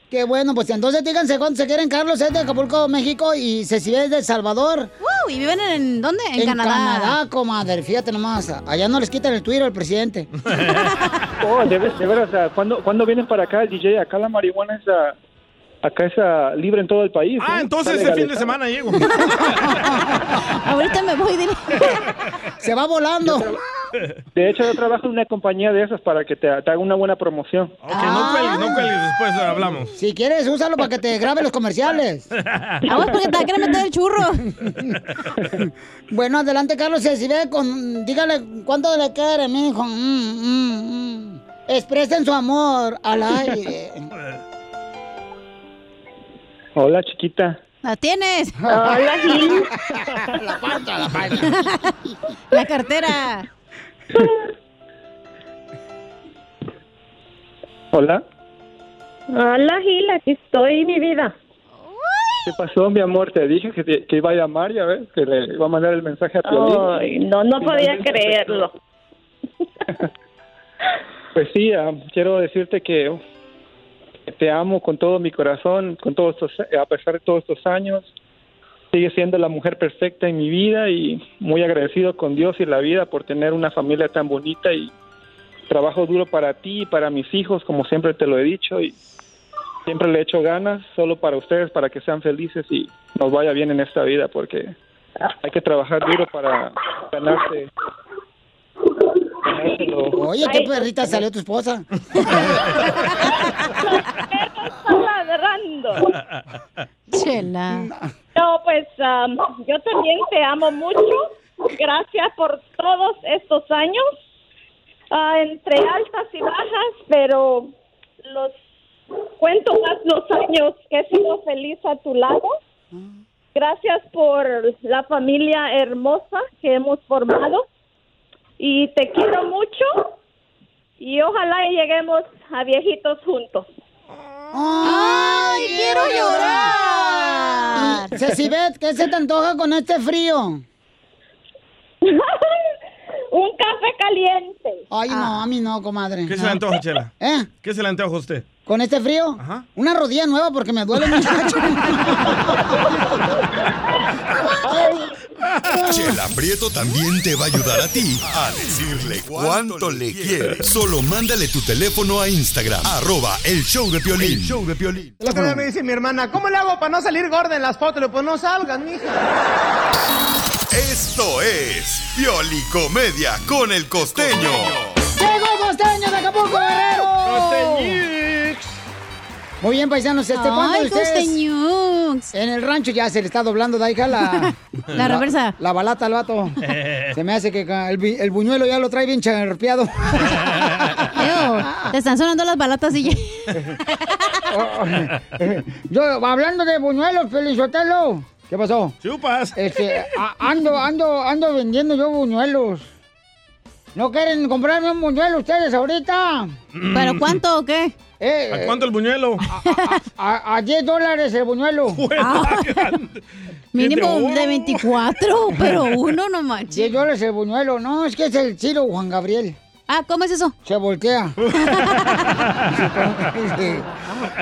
S2: Qué bueno, pues entonces díganse cuánto se quieren. Carlos es de Acapulco, México, y Cecilia es de El Salvador.
S3: ¡Wow! ¿Y viven en dónde? En Canadá.
S2: Canadá, comadre. Fíjate nomás. Allá no les quitan el Twitter al presidente.
S32: Oh, de, ver- de veras, ah, ¿cuándo, cuándo vienes para acá, DJ? Acá la marihuana es, ah, acá es ah, libre en todo el país.
S4: Ah,
S32: ¿eh?
S4: entonces
S32: Está
S4: este fin de
S32: legalizado.
S4: semana llego.
S2: Ahorita me voy de... Se va volando.
S32: De hecho, yo trabajo en una compañía de esas para que te, te haga una buena promoción.
S4: Que no cuelgues, no cuelgues, después hablamos.
S2: Ah. Si quieres, úsalo para que te grabe los comerciales.
S4: Aguas
S3: porque te va a querer meter el churro.
S2: bueno, adelante, Carlos. Si ve con, dígale cuánto le quiere, mijo. Mm, mm, mm. Expresen su amor al aire.
S32: Hola, chiquita.
S3: ¿La tienes?
S2: Hola, sí.
S3: La parta, la parta. La cartera.
S32: Hola.
S11: Hola, Gil, aquí estoy, mi vida.
S32: ¿Qué pasó, mi amor? Te dije que, te- que iba a llamar, ya ves, que le iba a mandar el mensaje a Piolín.
S11: Ay, no, no podía
S32: Finalmente
S11: creerlo.
S32: Pues sí, ah, quiero decirte que uf, que te amo con todo mi corazón, con todos estos, a pesar de todos estos años. Sigues siendo la mujer perfecta en mi vida y muy agradecido con Dios y la vida por tener una familia tan bonita y trabajo duro para ti y para mis hijos, como siempre te lo he dicho y siempre le echo ganas solo para ustedes, para que sean felices y nos vaya bien en esta vida porque hay que trabajar duro para ganarse. ganárselo.
S2: Oye, qué perrita salió tu esposa.
S11: Está ladrando.
S3: Chela.
S11: No, pues am, yo también te amo mucho. Gracias por todos estos años, Ah, entre altas y bajas, pero los cuento más los años que he sido feliz a tu lado. Gracias por la familia hermosa que hemos formado y te quiero mucho y ojalá y lleguemos a viejitos juntos.
S2: ¡Ay, quiero llorar! Cecibet, ¿qué se te antoja con este frío?
S11: Un café caliente.
S2: Ay, no, a mí no, comadre.
S4: ¿Qué se le antoja, Chela?
S2: ¿Eh?
S4: ¿Qué se le antoja a usted?
S2: ¿Con este frío? Una rodilla nueva porque me duele muchacho.
S6: Chela Prieto también te va a ayudar a ti a decirle cuánto le quiere. Solo mándale tu teléfono a Instagram, arroba el show de Piolín.
S4: El otro día me dice mi hermana, ¿cómo le hago para no salir gorda en las fotos? Pues no salgan, mija.
S6: Esto es Pioli Comedia con el costeño.
S2: ¡Llegó Costeño de Acapulco, Guerrero! Muy bien, paisanos, este, ¿cuándo
S3: Ay,
S2: ustedes? En el rancho ya se le está doblando, da hija, la...
S3: La reversa.
S2: La, balata al vato. Se me hace que ca- el, bi- el buñuelo ya lo trae bien charpeado.
S3: Te están sonando las balatas y
S2: Yo, hablando de buñuelos, Felizotelo. ¿Qué pasó?
S4: Chupas.
S2: Este, a- ando, ando, ando vendiendo yo buñuelos. ¿No quieren comprarme un buñuelo ustedes ahorita?
S4: ¿Pero cuánto
S2: o qué?
S4: ¿A cuánto el buñuelo?
S2: A, a 10 dólares el buñuelo.
S3: Mínimo de 24, pero uno no manches.
S2: 10 dólares el buñuelo. No, es que es el chilo, Juan Gabriel. Ah, ¿cómo es eso? Se voltea.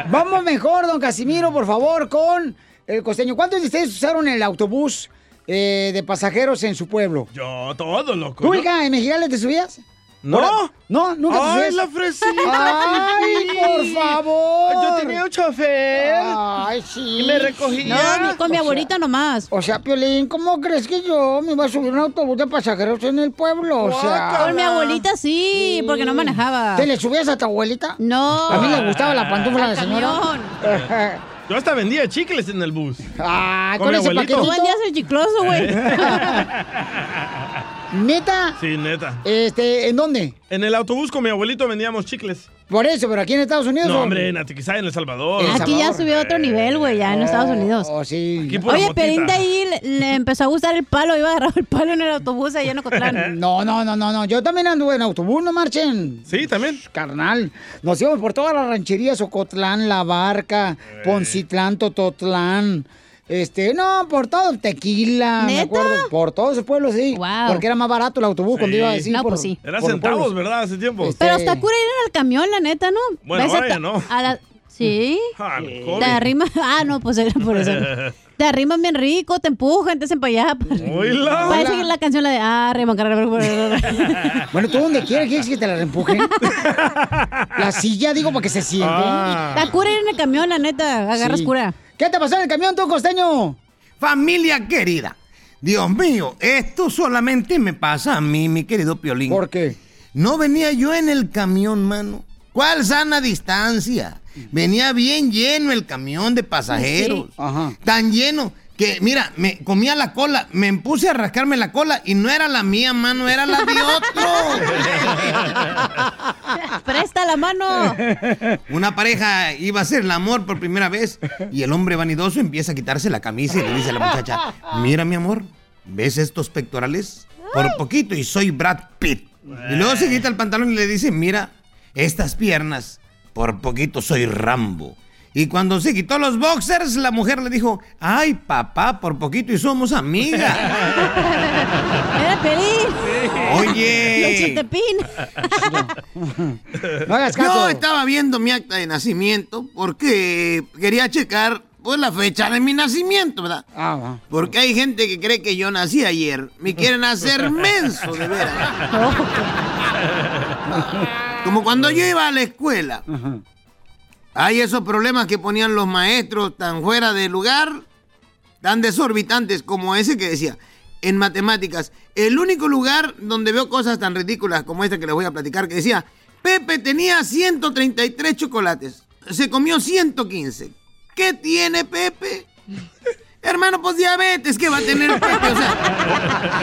S2: Vamos mejor, don Casimiro, por favor, con el costeño. ¿Cuántos de ustedes usaron el autobús eh, de pasajeros en su pueblo?
S4: Yo, todo, loco.
S2: ¿Tú,
S4: Yo-
S2: hija, en Mexicali te subías?
S4: No.
S2: Ahora- No, nunca te
S4: Ay,
S2: subías.
S4: la fresita.
S2: Ay, por favor.
S4: Yo tenía un chofer.
S2: Ay, sí.
S4: Y me recogía.
S3: No, mi- con mi abuelita
S2: nomás. O sea, Piolín, ¿cómo crees que yo me iba a subir a un autobús de pasajeros en el pueblo? O sea.
S3: Con mi abuelita sí, porque no manejaba.
S2: ¿Te le subías a tu abuelita?
S3: No.
S2: A mí le gustaba la pantufla
S3: Al
S2: de señora.
S3: camión.
S4: Yo hasta vendía chicles en el bus.
S2: Ah,
S3: Eh, Tú vendías el chicloso, güey.
S2: ¿Neta?
S4: Sí, neta.
S2: Este, ¿en dónde?
S4: En el autobús con mi abuelito vendíamos chicles.
S2: Por eso, pero aquí en Estados Unidos.
S4: No,
S2: ¿o?
S4: hombre, en Atiquizá, en El Salvador.
S3: Aquí ya subió a otro nivel, güey, ya en Estados Unidos.
S2: Oh, sí.
S4: Aquí pura
S3: Oye,
S4: motita.
S3: Pelín de ahí le, le empezó a gustar el palo, iba a agarrar el palo en el autobús allá en Ocotlán.
S2: No, no, no, no, no. Yo también anduve en autobús, no marchen.
S4: Sí, también.
S2: Carnal. Nos íbamos por todas las rancherías, Ocotlán, La Barca,
S4: Eh.
S2: Poncitlán, Tototlán. Este, no, por todo, tequila, me
S3: ¿Neta?
S2: acuerdo, por todos esos pueblos, sí. Porque era más barato el autobús cuando iba a decir. por- por
S4: Era
S2: Este, los
S4: centavos,
S2: pueblos.
S4: ¿verdad? Hace tiempo.
S3: pues Pero hasta cura ir al camión, la neta, ¿no?
S4: Bueno,
S3: Ves a
S4: ahora ya
S3: ta-
S4: no.
S3: a la- Sí.
S4: Ah, el COVID.
S3: Te arrimas. Ah, no, pues era por eso. Te arrimas bien rico, te empujan, te hacen para allá.
S4: Oíla.
S3: Parece que la canción la de ah,
S2: Bueno, tú donde quieras, quieres que te la empujen. la silla, digo, para que se siente.
S4: Ah.
S3: La cura ir en el camión, la neta, agarras
S16: Sí.
S3: cura.
S2: Ah. ¿Qué te pasó en el camión, tú, costeño?
S16: Familia querida, Dios mío, esto solamente me pasa a mí, mi querido Piolín. ¿Por
S2: qué?
S16: No venía yo en el camión, mano. ¿Cuál sana distancia? Venía bien lleno el camión de pasajeros.
S2: Sí. Ajá.
S16: Tan lleno que, mira, me comía la cola, me puse a rascarme la cola y no era la mía, mano, era la de otro.
S3: Presta la mano.
S16: Una pareja iba a hacer el amor por primera vez y el hombre vanidoso empieza a quitarse la camisa y le dice a la muchacha, mira mi amor, ¿ves estos pectorales? Por poquito y soy Brad Pitt. Y luego se quita el pantalón y le dice, mira, estas piernas, por poquito soy Rambo. Y cuando se quitó los boxers, la mujer le dijo, ay papá, por poquito y somos amigas.
S3: Era feliz.
S16: Oye.
S2: No hagas
S3: caso.
S16: Yo estaba viendo mi acta de nacimiento porque quería checar pues la fecha de mi nacimiento, ¿verdad?
S2: Ah,
S16: Porque hay gente que cree que yo nací ayer. Me quieren hacer menso, de veras. Como cuando yo iba a la escuela. Hay esos problemas que ponían los maestros tan fuera de lugar, tan desorbitantes como ese que decía. En matemáticas, el único lugar donde veo cosas tan ridículas como esta que les voy a platicar, que decía, Pepe tenía 133 chocolates, se comió 115. ¿Qué tiene Pepe? Hermano, pues diabetes, ¿qué va a tener Pepe? O sea,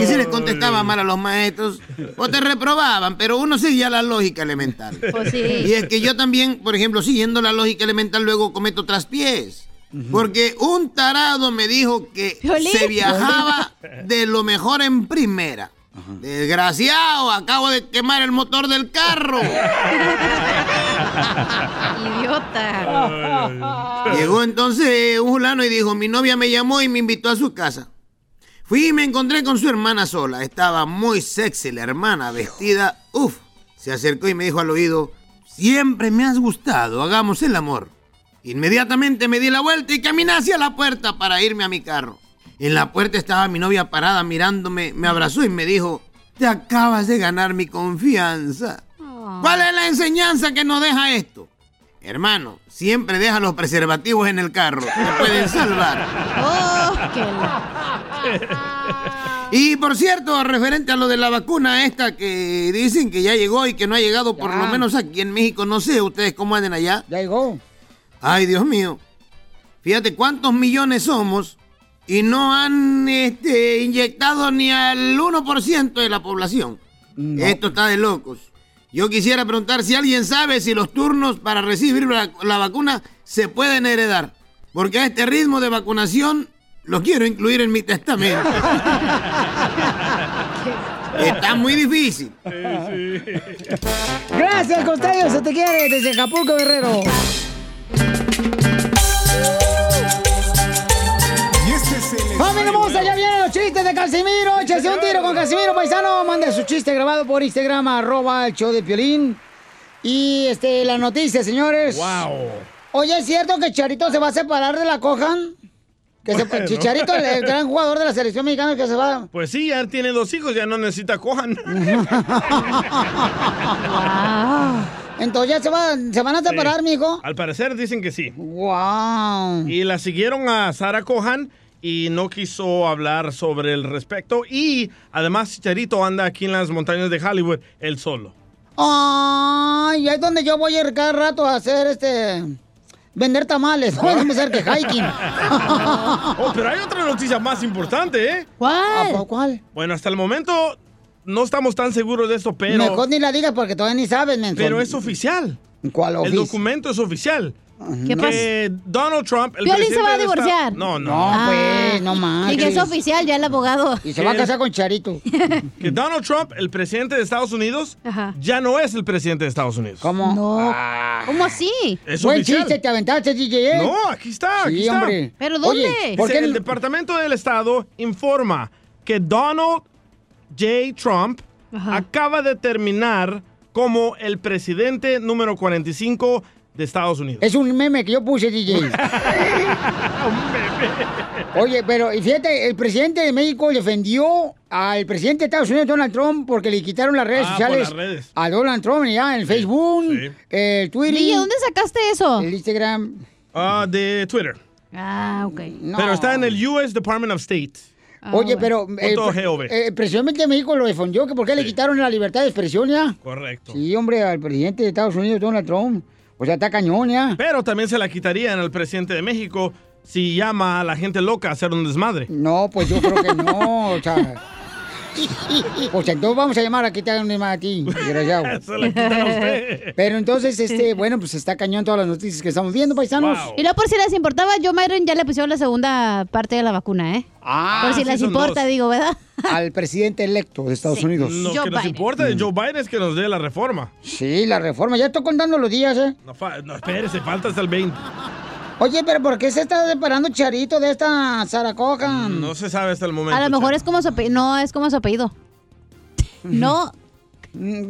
S16: y se les contestaba mal a los maestros, o te reprobaban, pero uno seguía la lógica elemental.
S3: Pues sí.
S16: Y es que yo también, por ejemplo, siguiendo la lógica elemental, luego cometo traspiés. Porque un tarado me dijo que
S3: Piolín.
S16: se viajaba de lo mejor en primera. Desgraciado, acabo de quemar el motor del carro.
S3: Idiota.
S16: Llegó entonces eh, un fulano y dijo, mi novia me llamó y me invitó a su casa. Fui y me encontré con su hermana sola. Estaba muy sexy la hermana, vestida. Uf, se acercó y me dijo al oído, siempre me has gustado, hagamos el amor. Inmediatamente me di la vuelta y caminé hacia la puerta para irme a mi carro. En la puerta estaba mi novia parada mirándome, me abrazó y me dijo, te acabas de ganar mi confianza. ¿Cuál es la enseñanza que nos deja esto? Hermano, siempre deja los preservativos en el carro, te pueden salvar.
S3: Oh, qué la-
S16: Y por cierto, referente a lo de la vacuna esta que dicen que ya llegó y que no ha llegado, por lo menos aquí en México, no sé ustedes cómo anden allá.
S2: Ya llegó.
S16: Ay, Dios mío. Fíjate cuántos millones somos y no han este, inyectado ni al 1% de la población. Esto está de locos. Yo quisiera preguntar si alguien sabe si los turnos para recibir la, la vacuna se pueden heredar. Porque a este ritmo de vacunación lo quiero incluir en mi testamento. está muy difícil.
S2: Gracias, costeño, se te quiere desde Acapulco, Guerrero. ¡Familia hermosa! ¡Ya vienen los chistes de Casimiro! ¡Échese un tiro con Casimiro, paisano! Mande su chiste grabado por Instagram, arroba el show de Piolín. Y, este, la noticia, señores.
S4: Wow.
S2: Oye, ¿es cierto que Charito se va a separar de la Cojan? Que se-
S4: Bueno.
S2: Chicharito, el, el gran jugador de la selección mexicana que se va...
S4: Pues sí, ya tiene dos hijos, ya no necesita cojan.
S2: Entonces ya se, va- se van a separar,
S4: Ah. Sí.
S2: mijo.
S4: Al parecer dicen que sí.
S2: ¡Wow!
S4: Y la siguieron a Sara Cohan y no quiso hablar sobre el respecto. Y además Chicharito anda aquí en las montañas de Hollywood él solo.
S2: Ay, ahí es donde yo voy a ir cada rato a hacer este Vender tamales. No vamos a hacer que hiking.
S4: Oh, pero hay otra noticia más importante, ¿eh?
S2: ¿Cuál? ¿Cuál?
S4: Bueno, hasta el momento no estamos tan seguros de esto, pero.
S2: Mejor ni la digas porque todavía ni sabes, menso.
S4: Pero es oficial.
S2: ¿Cuál
S4: El
S2: oficio?
S4: documento es oficial.
S2: ¿Qué
S4: que Donald Trump. El
S3: Piolín se
S4: presidente
S3: va a
S4: del estado-
S3: divorciar. Ah.
S4: No, no.
S2: No, pues, no más.
S3: Y que es oficial, ya el abogado.
S4: se va a casar
S2: con Charito.
S4: Que Donald Trump, el presidente de Estados Unidos, ya no es el presidente de Estados Unidos. Ah.
S2: ¿Cómo? No.
S3: ¿Cómo así?
S4: Es
S2: Buen
S4: oficial.
S2: chiste, te aventaste, DJ.
S4: No, aquí está, Ah, aquí
S2: sí,
S4: está.
S2: hombre. Oye, ¿por
S4: Dice,
S2: qué
S4: el Departamento del Estado informa que Donald J. Trump acaba de terminar como el presidente número 45 de Estados Unidos.
S2: Es un meme que yo puse, DJ. Oye, pero y fíjate, el presidente de México defendió al presidente de Estados Unidos, Donald Trump, porque le quitaron las redes
S4: Ah, por
S2: sociales
S4: las redes.
S2: a Donald Trump, ya, el Facebook, el Twitter.
S3: Oye, ¿dónde sacaste eso?
S2: El Instagram.
S4: Ah, de Twitter.
S3: Ah, ok.
S4: Pero está en el U.S. Department of State. Ah,
S2: Oye, pero
S4: Punto
S2: eh,
S4: GOV.
S2: eh, el presidente de México lo defendió, que por qué le quitaron la libertad de expresión ya.
S4: Correcto.
S2: Sí, hombre, al presidente de Estados Unidos, Donald Trump. O sea, está cañón ya.
S4: Pero también se la quitarían al presidente de México si llama a la gente loca a hacer un desmadre.
S2: No, pues yo creo que no, o sea. Pues entonces vamos a llamar a quitar un tema a ti, desgraciado.
S4: Se la quitan a usted.
S2: Pero entonces, este, bueno, pues está cañón todas las noticias que estamos viendo, paisanos.
S3: Y no por si les importaba, yo Myron ya le pusieron la segunda parte de la vacuna, ¿eh?
S2: Ah,
S3: por si
S2: sí,
S3: les
S2: son
S3: importa,
S2: dos.
S3: digo, ¿verdad?
S2: Al presidente electo de Estados Unidos. Mm.
S4: Lo que nos importa de Joe Biden es que nos dé la reforma.
S2: Sí, la reforma. Ya estoy contando los días, ¿eh?
S4: No, fa- no espérese, falta hasta el 20.
S2: Oye, pero ¿por qué se está separando Charito de esta Sara Cohan?
S4: No se sabe hasta el momento.
S3: Mm. A lo mejor es como su apellido. No, es como su apellido. No.
S2: Mm,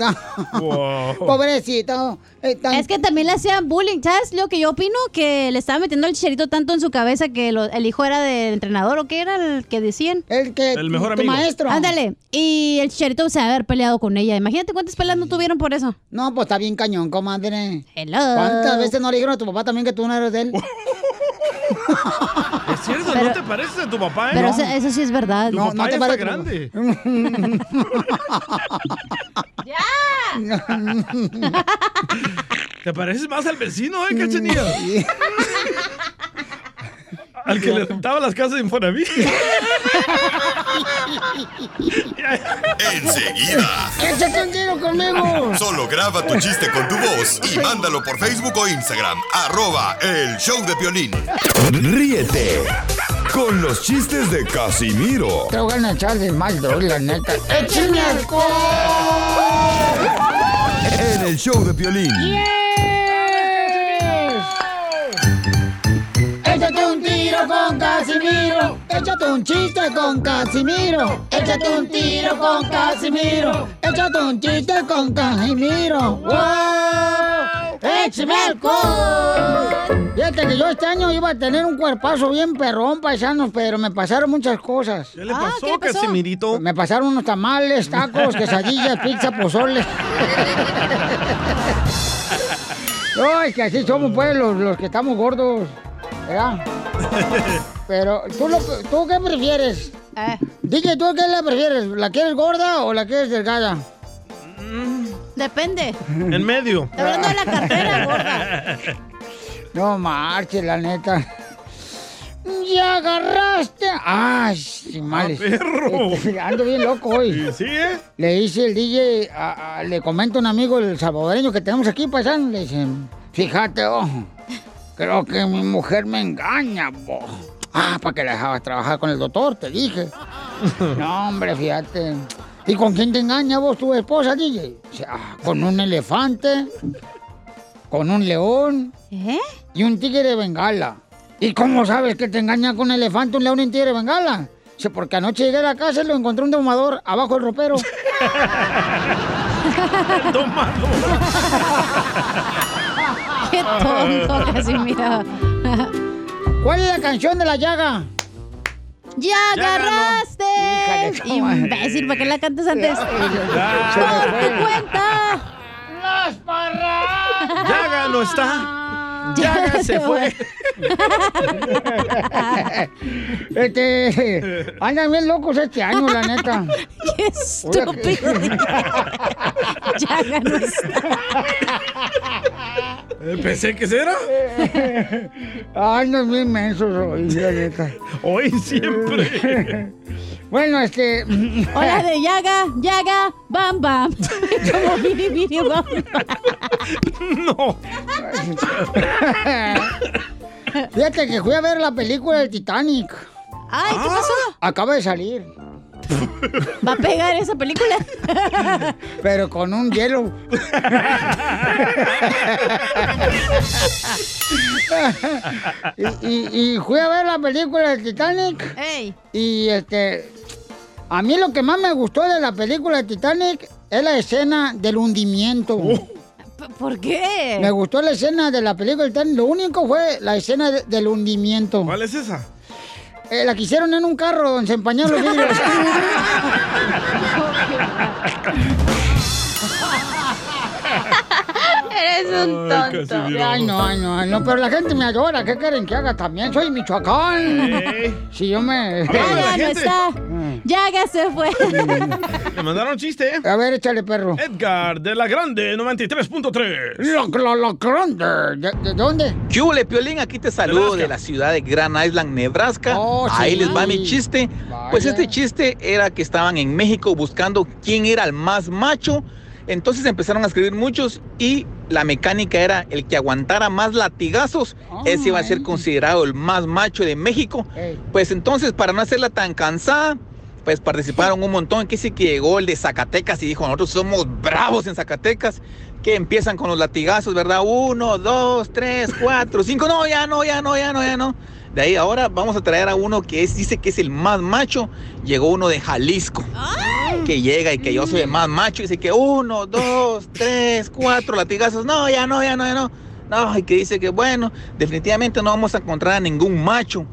S4: Wow.
S2: Pobrecito. Eh,
S3: Es que también le hacían bullying. ¿Sabes lo que yo opino? Que le estaba metiendo el chicharito tanto en su cabeza que lo- el hijo era del entrenador o qué era el que decían.
S2: El que.
S4: El mejor tu amigo. maestro.
S3: Ándale. Y el chicharito se va a haber peleado con ella. Imagínate cuántas peleas no tuvieron por eso.
S2: No, pues está bien cañón, comadre.
S3: Hello.
S2: ¿Cuántas veces no le dijeron a tu papá también que tú no eres de él?
S4: Es cierto, no te pareces a tu papá, ¿eh?
S3: Pero
S4: No.
S3: eso, eso sí es verdad.
S4: Tu papá ya está grande. Te pareces más al vecino, ¿eh,
S3: Mm.
S4: cachanilla? al que le rentaba las casas de Infonavit.
S6: Enseguida.
S2: ¡Échate un tiro conmigo!
S6: Solo graba tu chiste con tu voz y mándalo por Facebook o Instagram. Arroba el show de Piolín.
S31: Ríete con los chistes de Casimiro
S2: Te voy a echar de mal, bro, la neta. ¡Échame
S31: en el show de Piolín.
S1: Échate un tiro con Casimiro. Échate un chiste con Casimiro. Échate un tiro con Casimiro. Échate un chiste con Casimiro. ¡Wow! ¡Échame alcohol!
S2: Fíjate que yo este año iba a tener un cuerpazo bien perrón, paisanos, pero me pasaron muchas cosas.
S4: ¿Qué le Ah, pasó, ¿qué le pasó? Casimirito?
S2: Me pasaron unos tamales, tacos, quesadillas, pizza, pozole. No, es que así somos, pues, los, los que estamos gordos, ¿verdad? Pero, ¿tú, lo- tú qué prefieres? Dije, ¿tú qué la prefieres? ¿La quieres gorda o la quieres delgada?
S3: Depende.
S4: en medio.
S3: Hablando de la cartera,
S2: No marches, la neta. ¡Ya agarraste! ¡Ay, males!
S1: perro!
S2: Este, ando bien loco hoy.
S4: Ah, ¿Sí, eh?
S2: Le dice el DJ, a- a- le comenta un amigo, el salvadoreño que tenemos aquí, paisano, le dice, fíjate, ojo, creo que mi mujer me engaña, bo. Ah, para que la dejabas trabajar con el doctor, te dije. No, hombre, fíjate. ¿Y con quién te engaña vos, tu esposa, DJ? Dice, "Ah, con un elefante, con un león
S3: ¿Eh?
S2: y un tigre de bengala. ¿Y cómo sabes que te engaña con un elefante, un león y un tigre de bengala? Dice, porque anoche llegué a la casa y lo encontré un domador abajo del ropero.
S3: Qué tonto, Casimiro.
S2: ¿Cuál es la canción de la llaga?
S3: ¡Ya
S2: Ya ganó.
S3: agarraste! Imbécil, ¿para qué la cantas antes? ¡Ponte cuenta!
S2: ¡Las parras!
S4: Yaga no está. Yaga se fue.
S2: Este, andan bien locos este año, la neta.
S3: ¡Qué estúpido!
S2: Yaga
S3: no está.
S4: Pensé que será.
S2: Ay, no es bien mensos hoy, la neta.
S4: Hoy siempre.
S2: bueno, este.
S3: Hola de Yaga, Yaga, Bam Bam. Como biri, biri, bam.
S4: No.
S2: Fíjate que fui a ver la película del Titanic.
S3: Ay,
S2: Ah.
S3: ¿qué pasó?
S2: Acaba de salir.
S3: Va a pegar esa película.
S2: Pero con un hielo. y, y- y fui a ver la película del Titanic. Y este. A mí lo que más me gustó de la película de Titanic es la escena del hundimiento.
S3: ¿Por qué?
S2: Me gustó la escena de la película del Titanic. Lo único fue la escena de- del hundimiento.
S4: ¿Cuál es esa?
S2: Eh, la que hicieron en un carro donde se empañaron los vidrios.
S10: Eres un tonto.
S2: Ay, no, ay, no, ay, no, pero la gente me adora. ¿Qué quieren que haga también? Soy Michoacán.
S4: Ey.
S2: Si yo me. Mm.
S4: Hablando de la
S3: Ya Ah, no
S4: gente. Mm.
S3: está. Yaga se fue.
S4: Le mandaron chiste. eh.
S2: A ver, échale, perro.
S4: Edgar de la Grande 93.3.
S2: Lo, lo, lo grande. ¿De, de dónde?
S33: ¿Qué hubo, le, Piolín? Aquí te saludo
S2: Nebraska.
S33: de la ciudad de Grand Island, Nebraska.
S2: Oh,
S33: Ahí
S2: sí.
S33: les va mi chiste. Pues este chiste era que estaban en México buscando quién era el más macho. Entonces empezaron a escribir muchos y la mecánica era el que aguantara más latigazos, ese iba a ser considerado el más macho de México.
S2: Oh, Ey.
S33: Pues entonces, para no hacerla tan cansada, pues participaron un montón. Que sí que llegó el de Zacatecas y dijo, nosotros somos bravos en Zacatecas. Que empiezan con los latigazos, ¿verdad? Uno, dos, tres, cuatro, cinco. No, ya no, ya no, ya no, ya no. De ahí ahora vamos a traer a uno que es, dice que es el más macho. Llegó uno de Jalisco. Que llega y que yo soy el más macho. Dice que uno, dos, tres, cuatro latigazos. No, ya no, ya no, ya no. No, y que dice que bueno, definitivamente no vamos a encontrar a ningún macho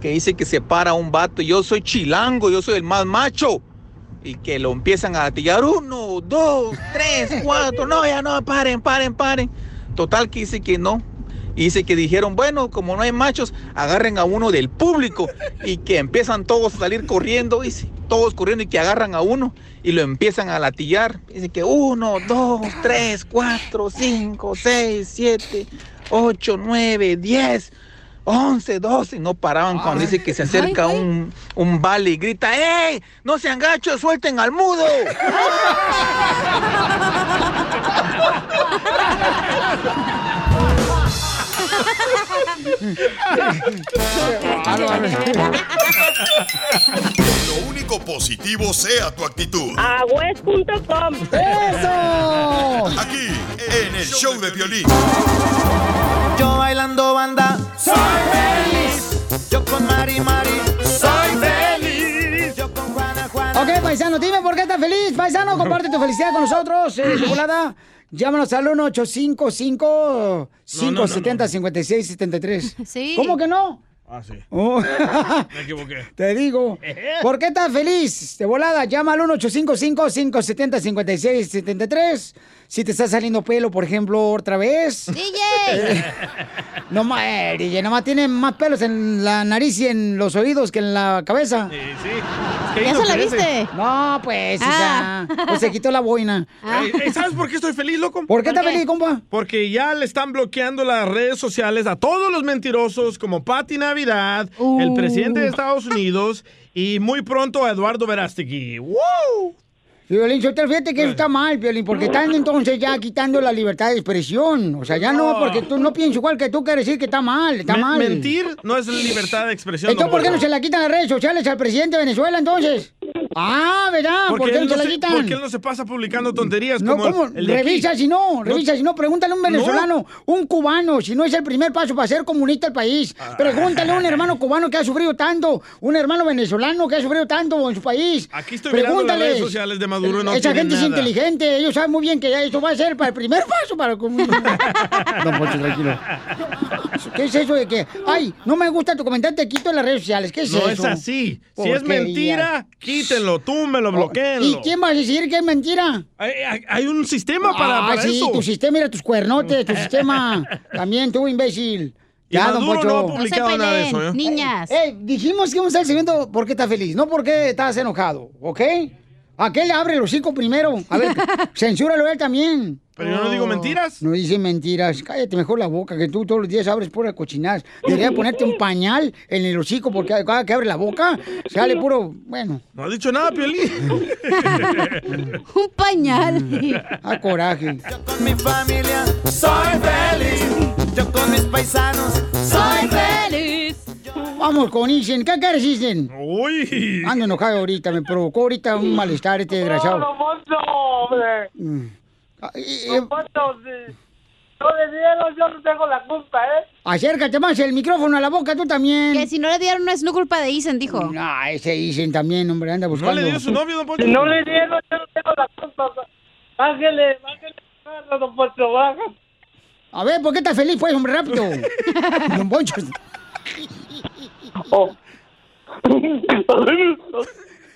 S33: que dice que se para un vato, yo soy chilango, yo soy el más macho. Y que lo empiezan a latillar, uno, dos, tres, cuatro, no, ya no, paren, paren, paren. Total que dice que no. Y dice que dijeron, bueno, como no hay machos, agarren a uno del público y que empiezan todos a salir corriendo, dice, todos corriendo y que agarran a uno y lo empiezan a latillar. Dice que uno, dos, tres, cuatro, cinco, seis, siete, ocho, nueve, diez. 11, 12, y no paraban cuando dice que se acerca un, un vale y grita, ¡Ey! ¡No sean gachos, suelten al mudo!
S6: Lo único positivo sea tu actitud.
S11: Agüez.com.
S2: ¡Eso!
S6: Aquí, en el show de violín.
S9: Yo bailando banda soy feliz. Yo con Mari Mari soy feliz. Yo con Juana Juana.
S2: Ok, paisano, dime por qué estás feliz. Paisano, comparte tu felicidad con nosotros. Eh, de volada, llámanos al 1-855-570-5673.
S3: Sí.
S2: ¿Cómo que no?
S4: Ah, sí.
S2: Oh.
S4: Me equivoqué.
S2: Te digo, ¿por qué estás feliz? De volada, llama al 1-855-570-5673. Si te está saliendo pelo, por ejemplo, otra vez.
S3: DJ.
S2: No más, DJ, nomás tiene más pelos en la nariz y en los oídos que en la cabeza.
S4: Sí, sí.
S2: ¿Ya se la viste? No, pues,
S4: Ah.
S2: hija. Pues se quitó la boina.
S4: Ey, ey, ¿Sabes por qué estoy feliz, loco?
S2: Ah. ¿Por qué estás feliz, compa?
S4: Porque ya le están bloqueando las redes sociales a todos los mentirosos como Patti Navidad,
S2: Uh.
S4: el presidente de Estados Unidos y muy pronto a Eduardo Verástegui. ¡Wow!
S2: Violín, Sotelo, fíjate que eso está mal, Violín, porque están entonces ya quitando la libertad de expresión. O sea, ya no, porque tú no piensas igual que tú, quieres decir que está mal, está
S4: Men-
S2: mal.
S4: Mentir no es libertad de expresión.
S2: Entonces,
S4: don
S2: ¿por qué
S4: Poncho.
S2: no se la quitan las redes sociales al presidente de Venezuela, entonces? Ah, ¿verdad? ¿Por
S4: Porque
S2: qué
S4: él
S2: no se la
S4: se-
S2: quitan?
S4: porque él no se pasa publicando tonterías
S2: No,
S4: como el-
S2: ¿cómo?
S4: el de aquí.
S2: Revisa si no, revisa si no. Pregúntale a un venezolano, un cubano, si no es el primer paso para ser comunista el país.
S4: Ah.
S2: Pregúntale a un hermano cubano que ha sufrido tanto, un hermano venezolano que ha sufrido tanto en su país.
S4: Aquí estoy mirando las redes sociales de Maduro y no
S2: Esa
S4: tiene
S2: gente es
S4: nada.
S2: inteligente, ellos saben muy bien que ya esto va a ser para el primer paso para el comunismo. No, Poncho, tranquilo. ¿Qué es eso de que, ay, no me gusta tu comentario, te quito en las redes sociales? ¿Qué es eso?
S4: No es así. Si es
S2: Porquería.
S4: mentira, quítenlo, túmelo,
S2: Oh, ¿Y
S4: bloqueenlo.
S2: quién va a decir que es mentira?
S4: Hay, hay- hay un sistema para,
S2: ah,
S4: para
S2: sí,
S4: eso.
S2: tu sistema, mira tus cuernotes, tu sistema. También tú, imbécil.
S4: Y Maduro no ha publicado No se nada de eso, peleen, ¿eh?
S2: niñas. dijimos que íbamos a estar siguiendo por qué estás feliz, no por qué estás enojado, ¿ok? ¿A qué le abre el hocico primero? A ver, censúralo él también.
S4: Pero yo no digo mentiras.
S2: No dice mentiras. Cállate mejor la boca, que tú todos los días abres pura cochinadas. Debería ponerte un pañal en el hocico porque cada que abre la boca sale puro, bueno.
S4: No ha dicho nada, Piolín.
S3: Un
S2: Mm.
S3: pañal.
S2: A Ah, coraje.
S9: Con mi familia soy feliz. Yo con mis paisanos soy feliz.
S2: Vamos con Isen. ¿Qué quieres, Isen?
S4: Uy.
S2: Ando enojado ahorita, me provocó ahorita un malestar este desgraciado.
S13: Monzo, hombre.
S2: Mm. Ah, y-
S13: Don Poncho, si no le dieron, yo no tengo la culpa, ¿eh?
S2: Acércate más el micrófono a la boca, tú también. Que
S3: si no le dieron no es no culpa de Isen, dijo.
S2: Ah, ese Isen también, hombre, anda buscando.
S13: Si no le dieron, yo no tengo la culpa. Bájale, bájale, bájale, don Poncho, baja.
S2: A ver, ¿por qué estás feliz, pues, hombre, rápido? Don Poncho.
S3: Oh.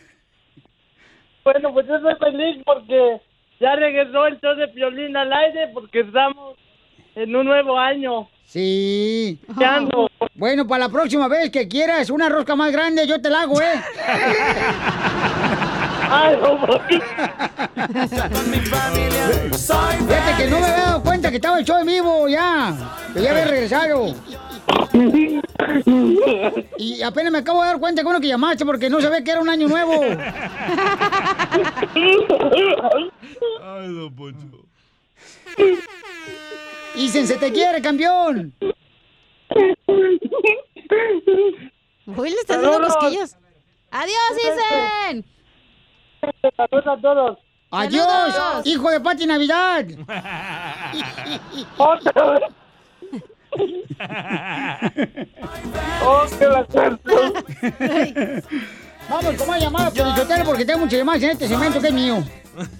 S13: Bueno, pues yo estoy feliz porque ya regresó el show de Piolín al aire porque estamos en un nuevo año.
S2: Sí. Bueno, para la próxima vez que quieras una rosca más grande, yo te la hago, ¿eh? Fíjate que no me había dado cuenta que estaba el show en vivo ya. Que ya había regresado. Y apenas me acabo de dar cuenta que uno que llamaste porque no sabía que era un año nuevo.
S4: Ay, don Poncho.
S2: Y se te quiere, campeón.
S3: Hoy le estás haciendo
S2: Saludos.
S3: cosquillas. ¡Adiós, Isen!
S13: Saludos a todos.
S2: Adiós,
S3: Saludos.
S2: hijo de Pati Navidad.
S13: Oh,
S2: Vamos, ¿cómo ha llamado? Porque tengo muchas llamadas en este segmento que es mío.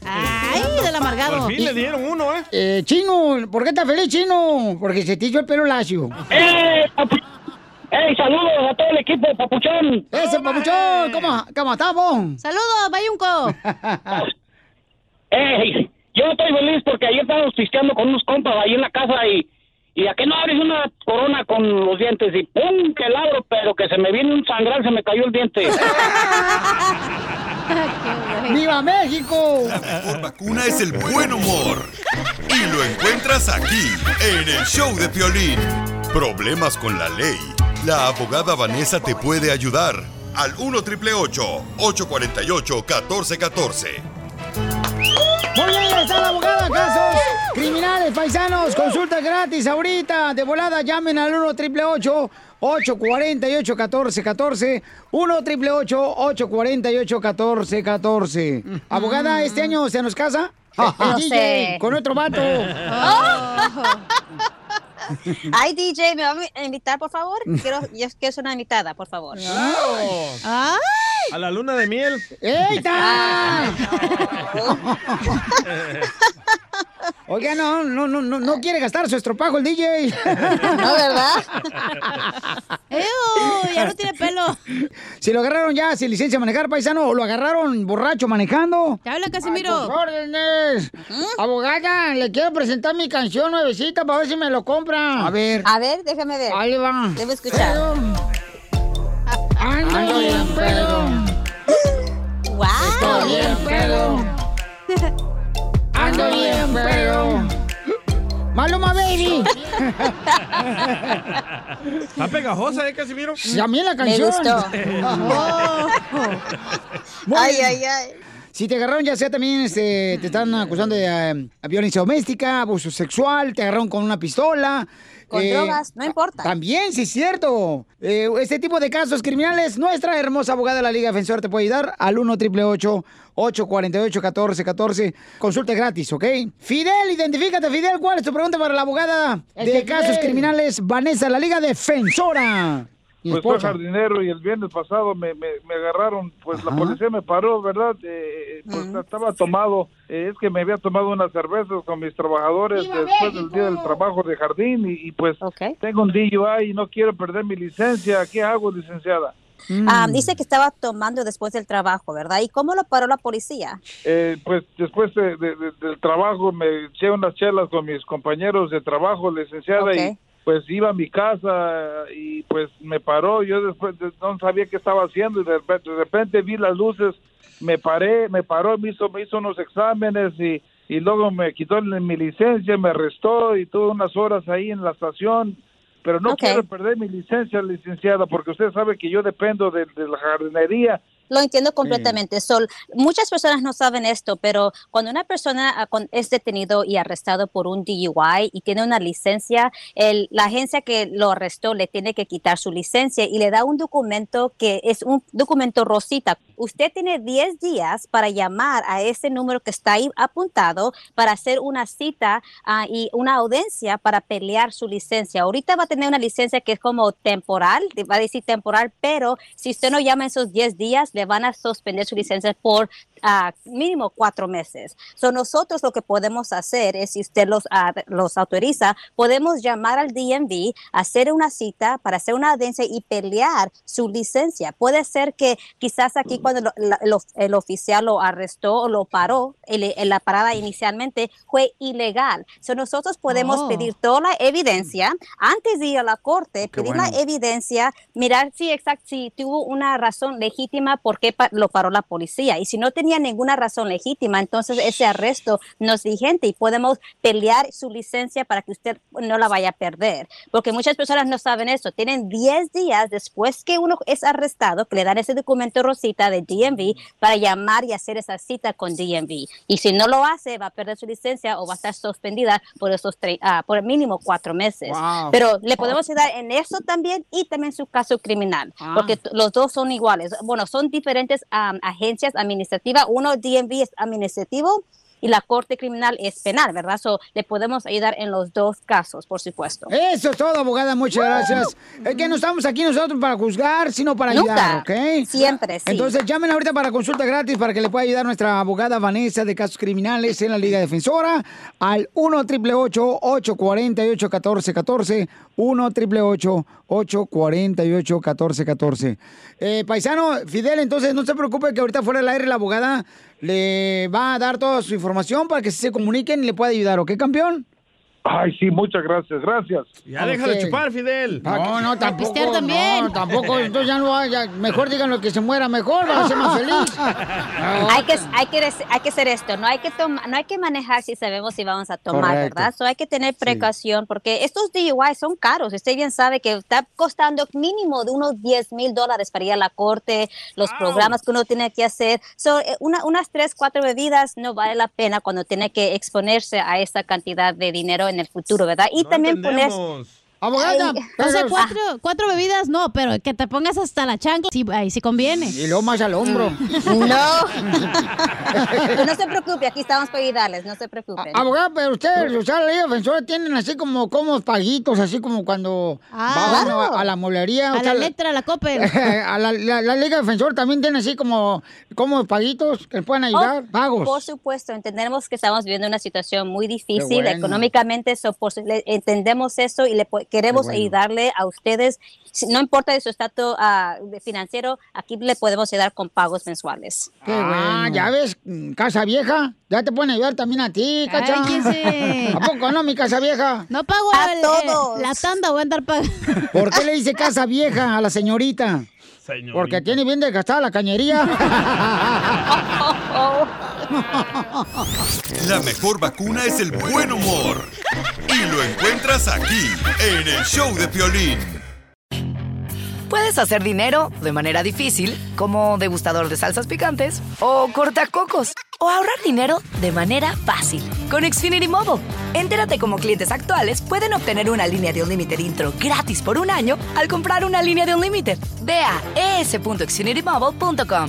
S3: ¡Ay, del amargado!
S2: Por fin le dieron uno, ¿eh? Chino, ¿por qué estás feliz, Chino? Porque se te hizo el pelo lacio.
S13: ¡Eh! saludos a todo el equipo, Papuchón!
S2: ¡Ese Papuchón! ¿Cómo, cómo estamos?
S3: ¡Saludos, Bayunco!
S13: ¡Ey! Yo estoy feliz porque ayer estábamos pisteando con unos compas ahí en la casa y... Y a qué no abres una corona con los dientes y pum, que la abro, pero que se me viene un sangrar, se me cayó el diente.
S2: ¡Eh! ¡Viva México!
S6: La mejor vacuna es el buen humor. Y lo encuentras aquí, en el show de Piolín. Problemas con la ley. La abogada Vanessa te puede ayudar. Al 1 848 1414
S2: Muy bien, ahí está la abogada, casos criminales, paisanos, consulta gratis ahorita, de volada, llamen al 1 888 848 1414 1 888 848 1414 Abogada, ¿este año se nos casa?
S12: Mm. No
S2: El DJ,
S12: sé.
S2: Con otro vato.
S12: Oh. Ay, DJ, ¿me va a invitar, por favor? Quiero, yo quiero ser una invitada, por favor.
S4: ¡Ay! A la luna de miel.
S2: ¡Eita! Oiga, no, no, no, no, no quiere gastar su estropajo el DJ.
S12: No, ¿verdad?
S3: Eh,
S2: ¡Ew! Ya no tiene pelo. Si lo agarraron ya sin licencia a manejar, paisano, o lo agarraron borracho manejando.
S3: ¡Te habla, Casimiro!
S2: A tus órdenes. Abogada, le quiero presentar mi canción nuevecita para ver si me lo compra. A ver.
S12: A ver, déjame ver.
S2: Ahí va.
S12: Debo escuchar.
S2: Ando bien pedo.
S12: ¡Wow!
S2: Estoy bien pedo. Ando bien pedo. Maluma Baby.
S4: Está pegajosa, ¿eh, Casimiro?
S2: Sí, a mí la canción. Oh. Muy
S12: Ay,
S2: bien.
S12: ay, ay.
S2: Si te agarraron, ya sea también, este, te están acusando de eh, violencia doméstica, abuso sexual, te agarraron con una pistola.
S12: Con
S2: Eh,
S12: drogas, no importa.
S2: También, sí es cierto. Eh, este tipo de casos criminales, nuestra hermosa abogada de la Liga Defensora te puede ayudar al 1 888 848 1414 Consulta gratis, ¿ok? Fidel, identifícate, Fidel. ¿Cuál es tu pregunta para la abogada de
S14: Este
S2: casos
S14: Fidel.
S2: criminales, Vanessa, la Liga Defensora? Mi
S14: Pues fue
S2: esposa.
S14: jardinero y el viernes pasado me, me, me agarraron, pues la policía me paró, ¿verdad? Eh, eh, pues estaba tomado, eh, es que me había tomado unas cervezas con mis trabajadores después del día del trabajo de jardín y, y, pues tengo un DUI y no quiero perder mi licencia. ¿Qué hago, licenciada?
S4: Mm.
S12: Ah, dice que estaba tomando después del trabajo, ¿verdad? ¿Y cómo lo paró la policía?
S14: Eh, pues después de- de- de- del trabajo me eché unas chelas con mis compañeros de trabajo, licenciada,
S12: Ok.
S14: y pues iba a mi casa y pues me paró, yo después de- no sabía qué estaba haciendo y de repente, de repente vi las luces, me paré, me paró, me hizo, me hizo unos exámenes y, y luego me quitó el- mi licencia, me arrestó y tuve unas horas ahí en la estación, pero no quiero perder mi licencia, licenciada, porque usted sabe que yo dependo de, de la jardinería.
S12: Lo entiendo completamente. Sol, muchas personas no saben esto, pero cuando una persona ah, con- es detenido y arrestado por un DUI y tiene una licencia, el- la agencia que lo arrestó le tiene que quitar su licencia y le da un documento que es un documento rosita. Usted tiene 10 días para llamar a ese número que está ahí apuntado para hacer una cita ah, y una audiencia para pelear su licencia. Ahorita va a tener una licencia que es como temporal, te va a decir temporal, pero si usted no llama en esos 10 días, le van a suspender su licencia por ah, mínimo cuatro meses. So nosotros lo que podemos hacer es, si usted los, ah, los autoriza, podemos llamar al DMV, hacer una cita para hacer una audiencia y pelear su licencia. Puede ser que quizás aquí cuando lo- la- el of- el oficial lo arrestó o lo paró, el- en la parada inicialmente fue ilegal. So nosotros podemos
S3: Oh.
S12: pedir toda la evidencia antes de ir a la corte,
S3: Qué
S12: pedir
S3: bueno.
S12: la evidencia, mirar si exact, si tuvo una razón legítima por qué pa- lo paró la policía. Y si no tenía ninguna razón legítima, entonces ese arresto no es vigente y podemos pelear su licencia para que usted no la vaya a perder. Porque muchas personas no saben eso. Tienen 10 días después que uno es arrestado, que le dan ese documento rosita de DMV para llamar y hacer esa cita con DMV. Y si no lo hace, va a perder su licencia o va a estar suspendida por esos tre- ah, por mínimo cuatro meses.
S3: Wow.
S12: Pero le podemos ayudar en eso también y también su caso criminal, porque t- los dos son iguales. Bueno, son diferentes am, agencias administrativas. Uno, DMV, es administrativo y la corte criminal es penal, ¿verdad? So, le podemos ayudar en los dos casos, por supuesto.
S2: Eso es todo, abogada, muchas gracias. Es que no estamos aquí nosotros para juzgar, sino para ayudar,
S12: Nunca.
S2: ¿ok?
S12: Siempre, sí.
S2: Entonces llamen ahorita para consulta gratis para que le pueda ayudar nuestra abogada Vanessa de casos criminales en la Liga Defensora al 1 888 848 1414 1 888 848 1414 eh, Paisano, Fidel, entonces no se preocupe que ahorita fuera del aire la abogada le va a dar toda su información para que se comuniquen y le pueda ayudar, ¿ok, campeón?
S14: Ay, sí, muchas gracias, gracias.
S2: Ya deja de Ok. chupar,
S4: Fidel.
S2: No, no, tampoco.
S3: pistear también.
S2: No, tampoco. Entonces ya no vaya. Mejor digan lo que se muera mejor, va a ser más feliz.
S12: hay que hay que des- hay que hacer esto no hay que tomar no hay que manejar si sabemos si vamos a tomar
S3: Correcto.
S12: verdad so hay que tener precaución porque estos DUI son caros usted bien sabe que está costando mínimo de unos 10 mil dólares para ir a la corte los programas que uno tiene que hacer so, eh, una- unas tres cuatro bebidas no vale la pena cuando tiene que exponerse a esa cantidad de dinero en el futuro verdad y también poner
S2: Abogada,
S12: Ay,
S3: o sea,
S12: pero-
S3: cuatro, cuatro bebidas no, pero que te pongas hasta la chancla, sí, ahí sí conviene.
S2: Y luego más al hombro.
S12: Pero no se preocupe aquí estamos para ayudarles no se preocupen
S2: Abogada, pero ustedes, o sea, la ley defensora tienen así como, como paguitos, así como cuando
S3: Ah.
S2: va uno
S3: Claro.
S2: a, a la mueblería.
S3: A la letra, a la Coppel.
S2: a la, la- la Liga Defensor también tiene así como, como paguitos que les pueden ayudar,
S12: Oh,
S2: pagos.
S3: pues,
S12: Por supuesto, entendemos que estamos viviendo una situación muy difícil
S2: bueno.
S12: económicamente, so, por su- le- entendemos eso y le po- queremos
S3: Qué bueno.
S12: ayudarle a ustedes. Si- No importa de su estatus ah, de financiero, aquí le podemos ayudar con pagos mensuales.
S2: Qué bueno. ya ves, mm, casa vieja, ya te pueden ayudar también a ti, cacha.
S3: Cállense.
S2: ¿A poco no, mi casa vieja?
S3: No pago
S2: A
S3: el-
S2: todos.
S3: eh, la tanda, voy a andar pagando.
S2: ¿Por qué le dice casa vieja a la señorita? Porque tiene bien desgastada la cañería.
S6: La mejor vacuna es el buen humor. Y lo encuentras aquí, en el show de Piolín.
S34: Puedes hacer dinero de manera difícil, como degustador de salsas picantes o cortacocos, o ahorrar dinero de manera fácil con Xfinity Mobile. Entérate cómo clientes actuales pueden obtener una línea de un límite intro gratis por un año al comprar una línea de un límite. Ve a es.xfinitymobile.com.